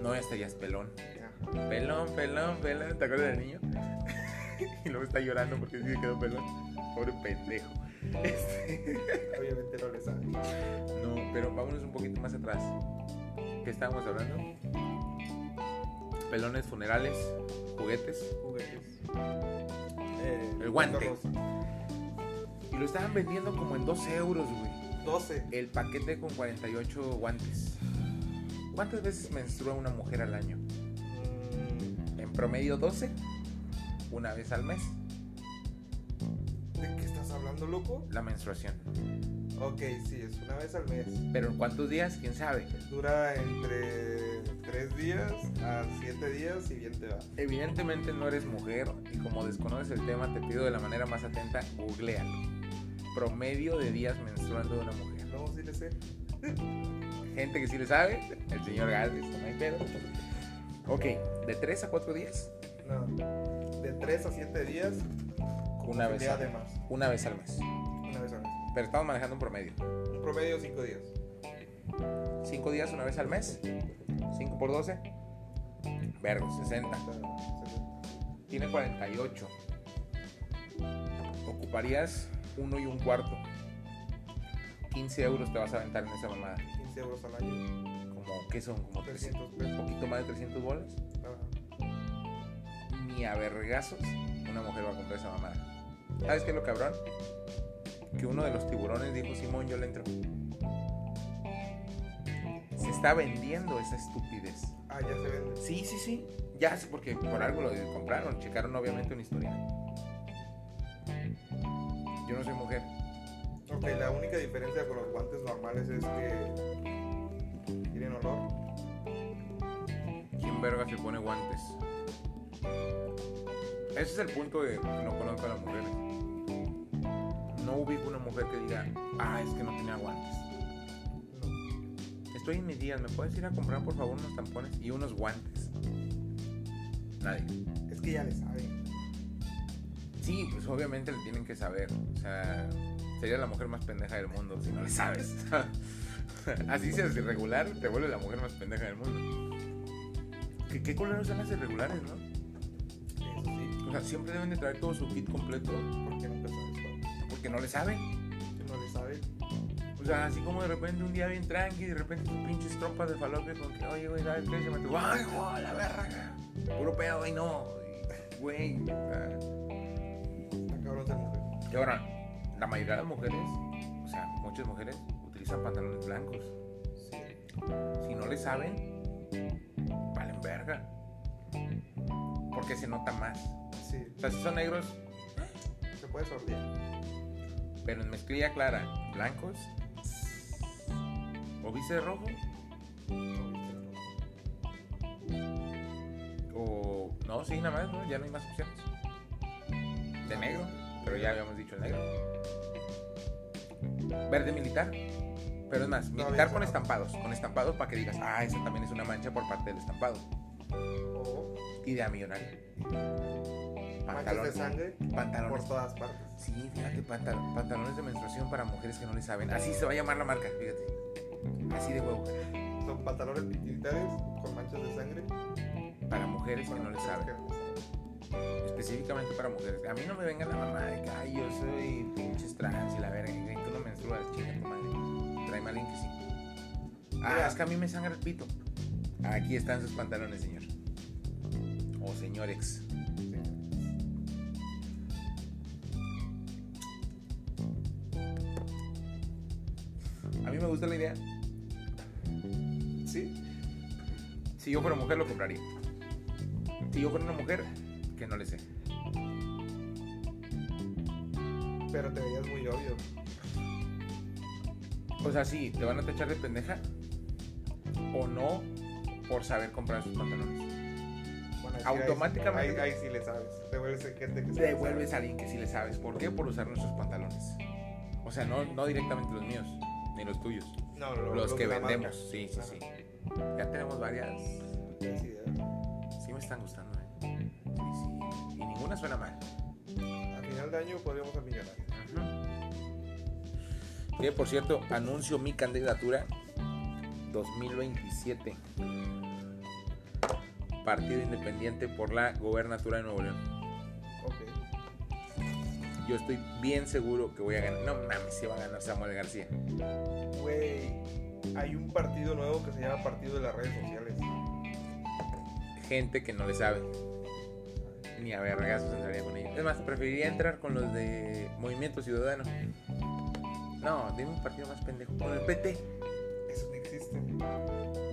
Speaker 1: No estarías pelón.
Speaker 2: Ya.
Speaker 1: Pelón, pelón, pelón. ¿Te acuerdas del niño? y luego está llorando porque sí se quedó pelón. Pobre pendejo.
Speaker 2: Obviamente no le sabe.
Speaker 1: No, pero vámonos un poquito más atrás. ¿Qué estábamos hablando? Pelones, funerales, juguetes.
Speaker 2: Juguetes. Eh,
Speaker 1: El guante.
Speaker 2: los
Speaker 1: Y lo estaban vendiendo como en 12 euros, güey.
Speaker 2: 12.
Speaker 1: El paquete con 48 guantes. ¿Cuántas veces menstrua una mujer al año?
Speaker 2: Mm,
Speaker 1: En promedio 12, una vez al mes,
Speaker 2: ¿De qué estás hablando, loco?
Speaker 1: la menstruación.
Speaker 2: Ok, sí, es una vez al mes.
Speaker 1: Pero en cuántos días, quién sabe.
Speaker 2: Dura entre 3 días a 7 días y bien te va.
Speaker 1: Evidentemente no eres mujer y como desconoces el tema te pido de la manera más atenta, googlealo. Promedio de días menstruando de una mujer.
Speaker 2: No, sí le sé.
Speaker 1: gente que sí le sabe, el señor Galvez, no hay pedo. Ok, de 3 a 4 días,
Speaker 2: No. De 3 a 7 días. con
Speaker 1: Una vez
Speaker 2: posibilidad
Speaker 1: al-
Speaker 2: de más.
Speaker 1: una vez al mes.
Speaker 2: Una vez al mes.
Speaker 1: Pero estamos manejando un promedio.
Speaker 2: Un promedio 5 días.
Speaker 1: 5 días, una vez al mes. 5 por 12. Vergo, 60.
Speaker 2: Hasta 70.
Speaker 1: Tiene 48. Ocuparías uno y un cuarto. 15 euros te vas a aventar en esa mamada.
Speaker 2: 15 euros al año.
Speaker 1: Como, ¿qué son? Como 300.
Speaker 2: 300 pesos.
Speaker 1: Un poquito más de 300 bolas.
Speaker 2: Ajá.
Speaker 1: ni a vergazos una mujer va a comprar esa mamada. ¿Sabes qué es lo cabrón? Que uno de los tiburones dijo, Simón, yo le entro. Se está vendiendo esa estupidez.
Speaker 2: Ah, ya se vende.
Speaker 1: Sí, sí, sí. Ya, sí, porque por algo lo compraron. Checaron obviamente una historia. Yo no soy mujer.
Speaker 2: Ok, la única diferencia con los guantes normales es que tienen olor.
Speaker 1: ¿Quién verga se pone guantes? Ese es el punto de que no conozco a las mujeres. No ubico una mujer que diga, ah, es que no tenía guantes. Estoy en mis días, ¿me puedes ir a comprar por favor unos tampones y unos guantes? Nadie.
Speaker 2: Es que ya le saben.
Speaker 1: Sí, pues obviamente le tienen que saber. O sea, sería la mujer más pendeja del mundo si no le sabes. Así seas irregular, te vuelve la mujer más pendeja del mundo. ¿Qué, qué culeros son las irregulares, no?
Speaker 2: Eso sí,
Speaker 1: O sea, siempre deben de traer todo su kit completo
Speaker 2: porque nunca sabes cuándo.
Speaker 1: porque no le saben.
Speaker 2: Si no le saben,
Speaker 1: O sea, así como de repente un día bien tranqui, de repente tus pinches trompas de falopio con que, oye, güey, ¿sabes qué? Se me tocó, ¡ay, güey, la verga! Puro pedo, güey, no. Y, Güey, o sea,
Speaker 2: está cabrón ser mujer.
Speaker 1: Y ahora, la mayoría de las mujeres, o sea, muchas mujeres utilizan pantalones blancos.
Speaker 2: Sí.
Speaker 1: Si no le saben, valen verga. Porque se nota más.
Speaker 2: Sí,
Speaker 1: O sea, si son negros,
Speaker 2: se puede sortear.
Speaker 1: pero en mezclilla clara, blancos, o viste de rojo, o no, sí, nada más, ¿no? ya no hay más opciones. De negro, pero ya habíamos dicho el negro. Verde militar, pero es más,
Speaker 2: Todavía
Speaker 1: militar
Speaker 2: se
Speaker 1: con
Speaker 2: nota.
Speaker 1: estampados, con estampados para que digas, ah, esa también es una mancha por parte del estampado.
Speaker 2: O
Speaker 1: Idea millonaria.
Speaker 2: manchas de
Speaker 1: pantalones.
Speaker 2: sangre
Speaker 1: Pantalones.
Speaker 2: por todas partes.
Speaker 1: Sí, fíjate, pantal- pantalones de menstruación para mujeres que no le saben. Así se va a llamar la marca, fíjate. Así de huevo.
Speaker 2: Son pantalones militares con manchas de sangre.
Speaker 1: Para mujeres que
Speaker 2: para
Speaker 1: no le
Speaker 2: mujeres
Speaker 1: saben.
Speaker 2: que no le saben.
Speaker 1: Específicamente para mujeres. A mí no me venga la mamá de que, ay, yo soy pinches trans y la verga. Y tú no menstruas, chinga tu madre. Tráeme a alguien que sí. Ah,
Speaker 2: Mira.
Speaker 1: es que a mí me sangra el pito. Aquí están sus pantalones, señor. O señores. A mí me gusta la idea.
Speaker 2: Sí. Sí,
Speaker 1: Si yo fuera mujer, lo compraría. Si yo fuera una mujer, que no le sé.
Speaker 2: pero te veías muy obvio.
Speaker 1: O sea, sí, te van a tachar de pendeja o no por saber comprar sus pantalones.
Speaker 2: Bueno, es que ahí-
Speaker 1: Automáticamente-
Speaker 2: Ahí, ahí sí le sabes. Te vuelves gente que sí le
Speaker 1: Te
Speaker 2: sabe.
Speaker 1: vuelves a alguien que sí le sabes. ¿Por qué? Por usar nuestros pantalones. O sea, no, no directamente los míos, ni los tuyos.
Speaker 2: No, no, no,
Speaker 1: los que
Speaker 2: de la marca.
Speaker 1: vendemos. Sí, sí,
Speaker 2: Ajá.
Speaker 1: sí. Ya tenemos varias.
Speaker 2: Sí, ¿eh? ya.
Speaker 1: Sí me están gustando, ¿eh? Sí, sí. Y ninguna suena mal.
Speaker 2: Al final de año podríamos ser millonarios.
Speaker 1: Que por cierto, anuncio mi candidatura 2027. Partido Independiente por la gobernatura de Nuevo León.
Speaker 2: Ok.
Speaker 1: Yo estoy bien seguro que voy a ganar. No mames, se va a ganar Samuel García.
Speaker 2: Güey, hay un partido nuevo que se llama Partido de las Redes Sociales.
Speaker 1: Gente que no le sabe. Ni a vergasos entraría con ellos. Es más, preferiría entrar con los de Movimiento Ciudadano. No, dime un partido más pendejo. Con el PT.
Speaker 2: Eso no existe.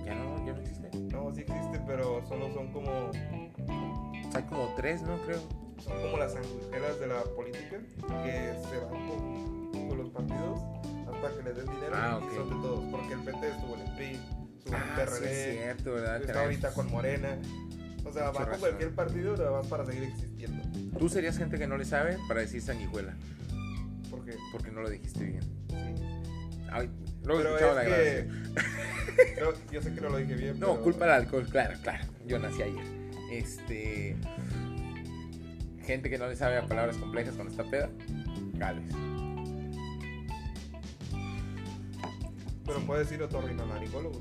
Speaker 1: Ya no, ya no existe.
Speaker 2: No, sí existe, pero solo son como,
Speaker 1: Hay como tres, ¿no? Creo.
Speaker 2: son como las angujeras de la política que se van con, con los partidos hasta que les den dinero
Speaker 1: Ah, ok.
Speaker 2: y son de todos. Porque el PT estuvo en el PRI, estuvo en el
Speaker 1: Ah, sí es
Speaker 2: PRD,
Speaker 1: cierto, ¿verdad?
Speaker 2: está
Speaker 1: Tenés-
Speaker 2: ahorita con Morena. O sea,
Speaker 1: Mucha
Speaker 2: vas con
Speaker 1: razón.
Speaker 2: cualquier partido, nada más para seguir existiendo.
Speaker 1: Tú serías gente que no le sabe para decir sanguijuela,
Speaker 2: Porque sí.
Speaker 1: porque no lo dijiste bien. Ay, luego
Speaker 2: Pero
Speaker 1: escuchaba la
Speaker 2: es
Speaker 1: grabación.
Speaker 2: que. no, yo sé que no lo dije bien.
Speaker 1: No,
Speaker 2: pero-
Speaker 1: culpa del alcohol, claro, claro. Yo nací ayer. Este. Gente que no le sabe a palabras complejas cuando está peda, Gales.
Speaker 2: Pero puedes ir otorrinolaringólogo.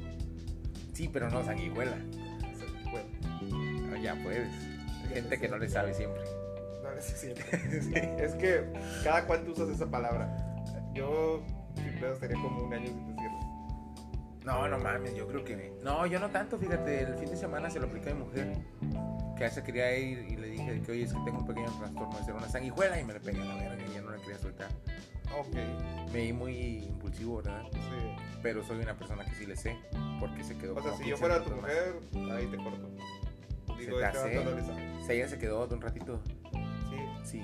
Speaker 1: Sí, pero no sanguijuela.
Speaker 2: O sea, Bueno,
Speaker 1: No, ya puedes. Gente que no le sabe siempre.
Speaker 2: no es cierto. Es que cada cuánto usas esa palabra. Yo sin pedos tenía como un año sin decirlo.
Speaker 1: No, no mames, yo creo que. No, yo no tanto, fíjate, el fin de semana se lo apliqué a mi mujer. Que a esa quería ir y le dije que, oye, es que tengo un pequeño trastorno de ser una sanguijuela y me le pegué a la verga y ya no la quería soltar.
Speaker 2: Ok,
Speaker 1: Me di muy impulsivo, ¿verdad?
Speaker 2: sí.
Speaker 1: Pero soy una persona que sí le sé, porque se quedó.
Speaker 2: O sea,
Speaker 1: como
Speaker 2: si yo
Speaker 1: 15
Speaker 2: fuera tu
Speaker 1: minutos más.
Speaker 2: mujer, ahí te corto. Digo,
Speaker 1: te
Speaker 2: este
Speaker 1: hace.
Speaker 2: vato no le sabe.
Speaker 1: O sea, ella se quedó un ratito,
Speaker 2: Sí.
Speaker 1: sí.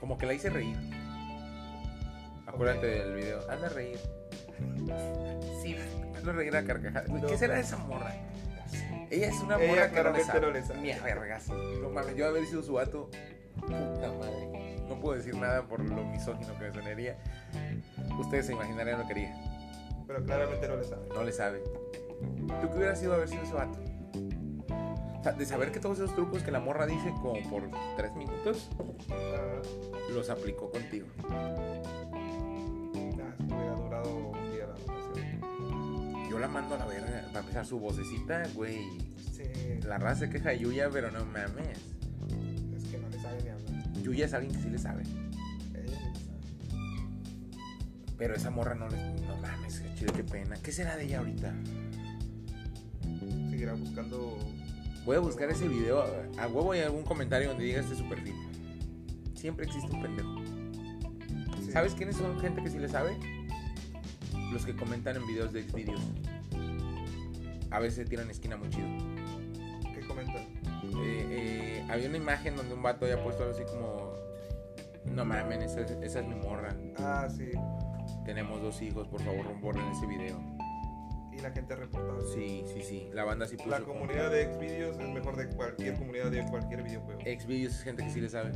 Speaker 1: Como que la hice reír. Acuérdate del video. Hazla reír. Sí, hazla reír a carcajadas. Güey, ¿Qué
Speaker 2: No.
Speaker 1: será de esa morra? Ella es una
Speaker 2: Ella
Speaker 1: morra que no le
Speaker 2: claramente
Speaker 1: sabe.
Speaker 2: no le sabe.
Speaker 1: Ni a vergas. No mames, yo haber sido su vato. Puta madre. No puedo decir nada por lo misógino que me sonaría. Ustedes se imaginarían lo que haría.
Speaker 2: Pero claramente no le sabe.
Speaker 1: No le sabe. ¿Tú qué hubieras sido haber sido ese vato? O sea, de saber que todos esos trucos que la morra dice como por tres minutos,
Speaker 2: Ah,
Speaker 1: los aplicó contigo.
Speaker 2: nah, esto hubiera durado un día la relación.
Speaker 1: Yo la mando a la verga. Para empezar, su vocecita, güey.
Speaker 2: Sí.
Speaker 1: La raza se queja de Yuya, pero no mames.
Speaker 2: Es que no le sabe ni hablar.
Speaker 1: Yuya es alguien que sí le sabe.
Speaker 2: Ella ni le sabe.
Speaker 1: Pero esa morra no le... No mames, qué chido, qué pena. ¿Qué será de ella ahorita?
Speaker 2: Seguirá buscando.
Speaker 1: Voy a buscar ese video. A huevo hay algún comentario donde diga este su perfil. Siempre existe un pendejo.
Speaker 2: Sí.
Speaker 1: ¿Sabes quiénes son gente que sí le sabe? Los que comentan en videos de Xvideos. A veces se tiran esquina muy chido.
Speaker 2: ¿Qué comenta?
Speaker 1: Eh, eh, había una imagen donde un vato había puesto algo así como... No mamen, esa, es- esa es mi morra.
Speaker 2: Ah, sí.
Speaker 1: Tenemos dos hijos, por favor, borren ese video.
Speaker 2: Y la gente reportaba.
Speaker 1: Sí, sí, sí. La banda sí puso...
Speaker 2: La comunidad de Xvideos es mejor de cualquier comunidad de cualquier videojuego.
Speaker 1: Xvideos es gente que sí le sabe.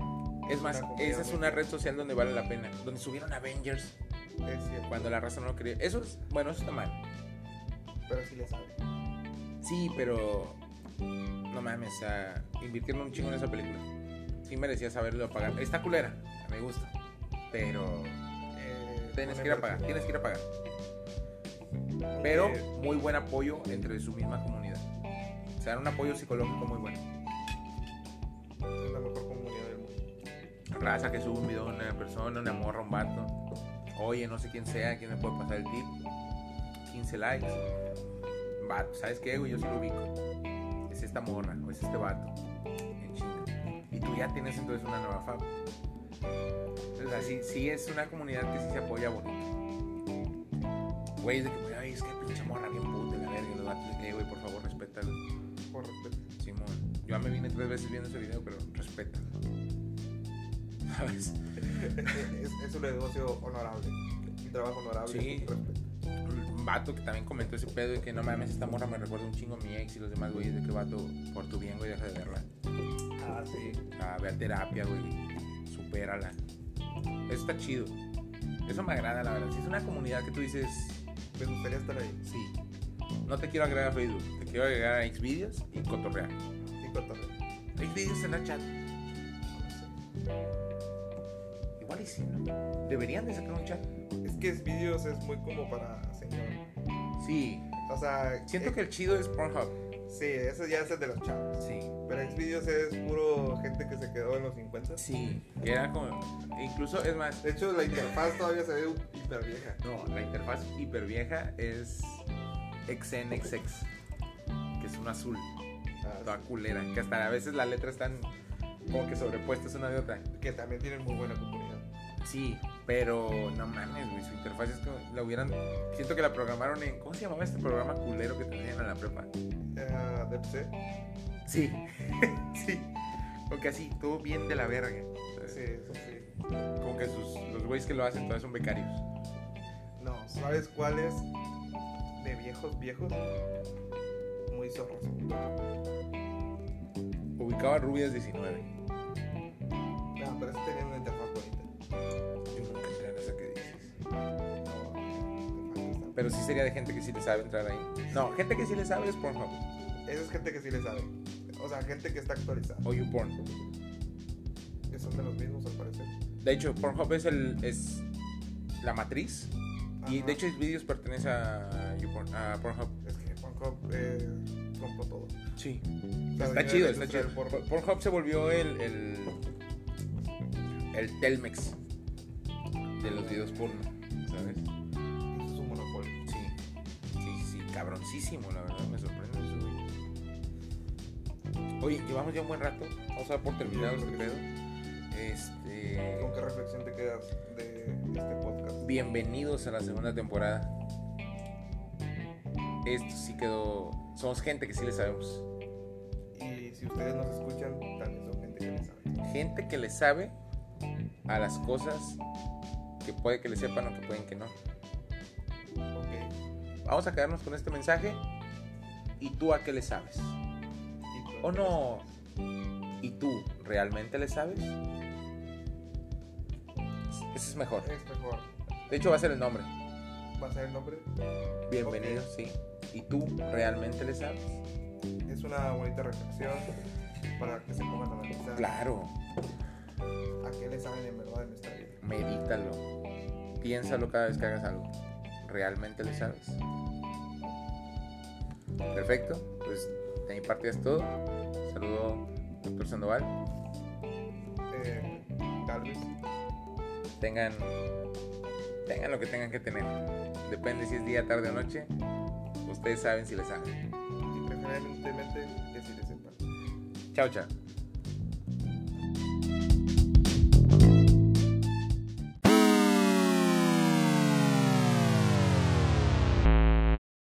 Speaker 1: Es más,
Speaker 2: Una comunidad
Speaker 1: esa es
Speaker 2: muy
Speaker 1: una
Speaker 2: grande.
Speaker 1: red social donde vale la pena. Donde subieron Avengers
Speaker 2: Es cierto,
Speaker 1: cuando la raza no lo quería. Eso es... Bueno, eso está mal.
Speaker 2: pero sí le sabe.
Speaker 1: Sí, pero. No mames, o sea, invirtieron un chingo en esa película. sí merecía saberlo pagar. Está culera, me gusta. Pero
Speaker 2: Eh,
Speaker 1: tienes
Speaker 2: no
Speaker 1: que ir a
Speaker 2: me
Speaker 1: pagar,
Speaker 2: parece.
Speaker 1: tienes que ir a pagar. Pero
Speaker 2: Eh,
Speaker 1: muy buen apoyo entre su misma comunidad. O sea, era un apoyo psicológico muy bueno.
Speaker 2: es la mejor comunidad del mundo.
Speaker 1: Raza que sube un video de una persona, una morra, un vato. Oye, no sé quién sea, quién me puede pasar el tip. 15 likes. Vato, ¿sabes qué, güey? Yo sí lo ubico. Es esta morra, o es este vato. En chinga. Y tú ya tienes entonces una nueva fama. Entonces, así, sí es una comunidad que sí se apoya bonito. Güey, es de que, ay, es que pinche morra bien puta, la verga, los vatos. de que, "Eh, güey, por favor, respétalo.
Speaker 2: Por respeto.
Speaker 1: Simón, yo ya me vine tres veces viendo ese video, pero respeta. ¿Sabes?
Speaker 2: Es, es un negocio honorable. Un trabajo honorable.
Speaker 1: Sí.
Speaker 2: con respeto.
Speaker 1: Un vato que también comentó ese pedo de que no mames, esta morra me recuerda un chingo a mi ex y los demás güeyes de que vato, por tu bien, güey, deja de verla.
Speaker 2: Ah, sí.
Speaker 1: Ah, ve a terapia, güey. Supérala. Eso está chido. Eso me agrada, la verdad. Si es una comunidad que tú dices,
Speaker 2: Me gustaría estar ahí.
Speaker 1: sí, no te quiero agregar a Facebook, te quiero agregar a Xvideos y cotorrear.
Speaker 2: Y cuéntame.
Speaker 1: Xvideos en la chat. Igual y sí, ¿no? Deberían de sacar un chat.
Speaker 2: Es que es vídeos es muy como para señor.
Speaker 1: Sí,
Speaker 2: O sea,
Speaker 1: Siento
Speaker 2: eh,
Speaker 1: que el chido es Pornhub.
Speaker 2: Sí, eso ya es el de los chavos.
Speaker 1: Sí.
Speaker 2: Pero Xvideos es puro gente que se quedó en los 50.
Speaker 1: Sí. Que era como. Incluso, es más.
Speaker 2: De hecho, la interfaz todavía se ve hiper vieja.
Speaker 1: No, la interfaz hiper vieja es XNXX. Que es un azul. Toda culera. Que hasta a veces las letras están como que sobrepuestas una de otra.
Speaker 2: que también tienen muy buena comunidad.
Speaker 1: Sí. Pero no mames, güey. Su interfaz es como. La hubieran. Siento que la programaron en. ¿Cómo se llamaba este programa culero que tenían en la prepa?
Speaker 2: Eh, de PC,
Speaker 1: Sí. sí. Porque así, todo bien de la verga.
Speaker 2: sí, eso sí.
Speaker 1: Como que sus, los güeyes que lo hacen todavía son becarios.
Speaker 2: No, ¿sabes cuál es? De viejos, viejos. Muy zorros.
Speaker 1: Ubicaba Rubias 19.
Speaker 2: No, pero ese tenía una interfaz bonita.
Speaker 1: Yo nunca entré en esa que dices.
Speaker 2: No, interfaz está-
Speaker 1: Pero sí sería de gente que sí le sabe entrar ahí. No, gente que sí le sabe es Pornhub
Speaker 2: Esa es gente que sí le sabe. O sea, gente que está actualizada.
Speaker 1: o YouPorn.
Speaker 2: Que son de los mismos, al parecer.
Speaker 1: De hecho, Pornhub es, el, es la matriz. Y
Speaker 2: Ajá.
Speaker 1: de hecho, Xvideos pertenece a, YouPorn, a Pornhub.
Speaker 2: Es que Pornhub eh, compró todo.
Speaker 1: Sí.
Speaker 2: La dueña
Speaker 1: Está
Speaker 2: de
Speaker 1: chido,
Speaker 2: la
Speaker 1: está
Speaker 2: industria
Speaker 1: chido.
Speaker 2: del porno.
Speaker 1: Por- Pornhub se volvió el, el, el Telmex de los videos porno, ¿sabes?
Speaker 2: Eso es un monopolio.
Speaker 1: Sí, sí, sí, cabroncísimo, la verdad, me sorprende eso, güey. Oye, llevamos ya un buen rato, vamos a dar por terminado este pedo. Este,
Speaker 2: ¿Con qué reflexión te quedas de este podcast?
Speaker 1: bienvenidos a la segunda temporada. Esto sí quedó, somos gente que sí le sabemos,
Speaker 2: Y si ustedes nos escuchan, también son gente que le sabe.
Speaker 1: gente que le sabe a las cosas que puede que le sepan o que pueden que no.
Speaker 2: Ok.
Speaker 1: Vamos a quedarnos con este mensaje y tú a qué le sabes.
Speaker 2: Y tú-
Speaker 1: ¿O Oh, no? ¿Y tú realmente le sabes? Ese es mejor.
Speaker 2: Es mejor.
Speaker 1: De hecho, va a ser el nombre.
Speaker 2: Va a ser el nombre.
Speaker 1: Bienvenido, sí. ¿Y tú realmente le sabes?
Speaker 2: Es una bonita reflexión para que se pongan a analizar
Speaker 1: Claro,
Speaker 2: a qué le saben en verdad en nuestra vida.
Speaker 1: medítalo. Piénsalo cada vez que hagas algo. ¿Realmente le sabes? Perfecto. Pues de mi parte es todo. Saludo, doctor Sandoval.
Speaker 2: Eh, tal vez.
Speaker 1: Tengan, tengan lo que tengan que tener. Depende si es día, tarde o noche. Ustedes saben si les saben.
Speaker 2: Y preferentemente que si le sepan.
Speaker 1: Chao, chao.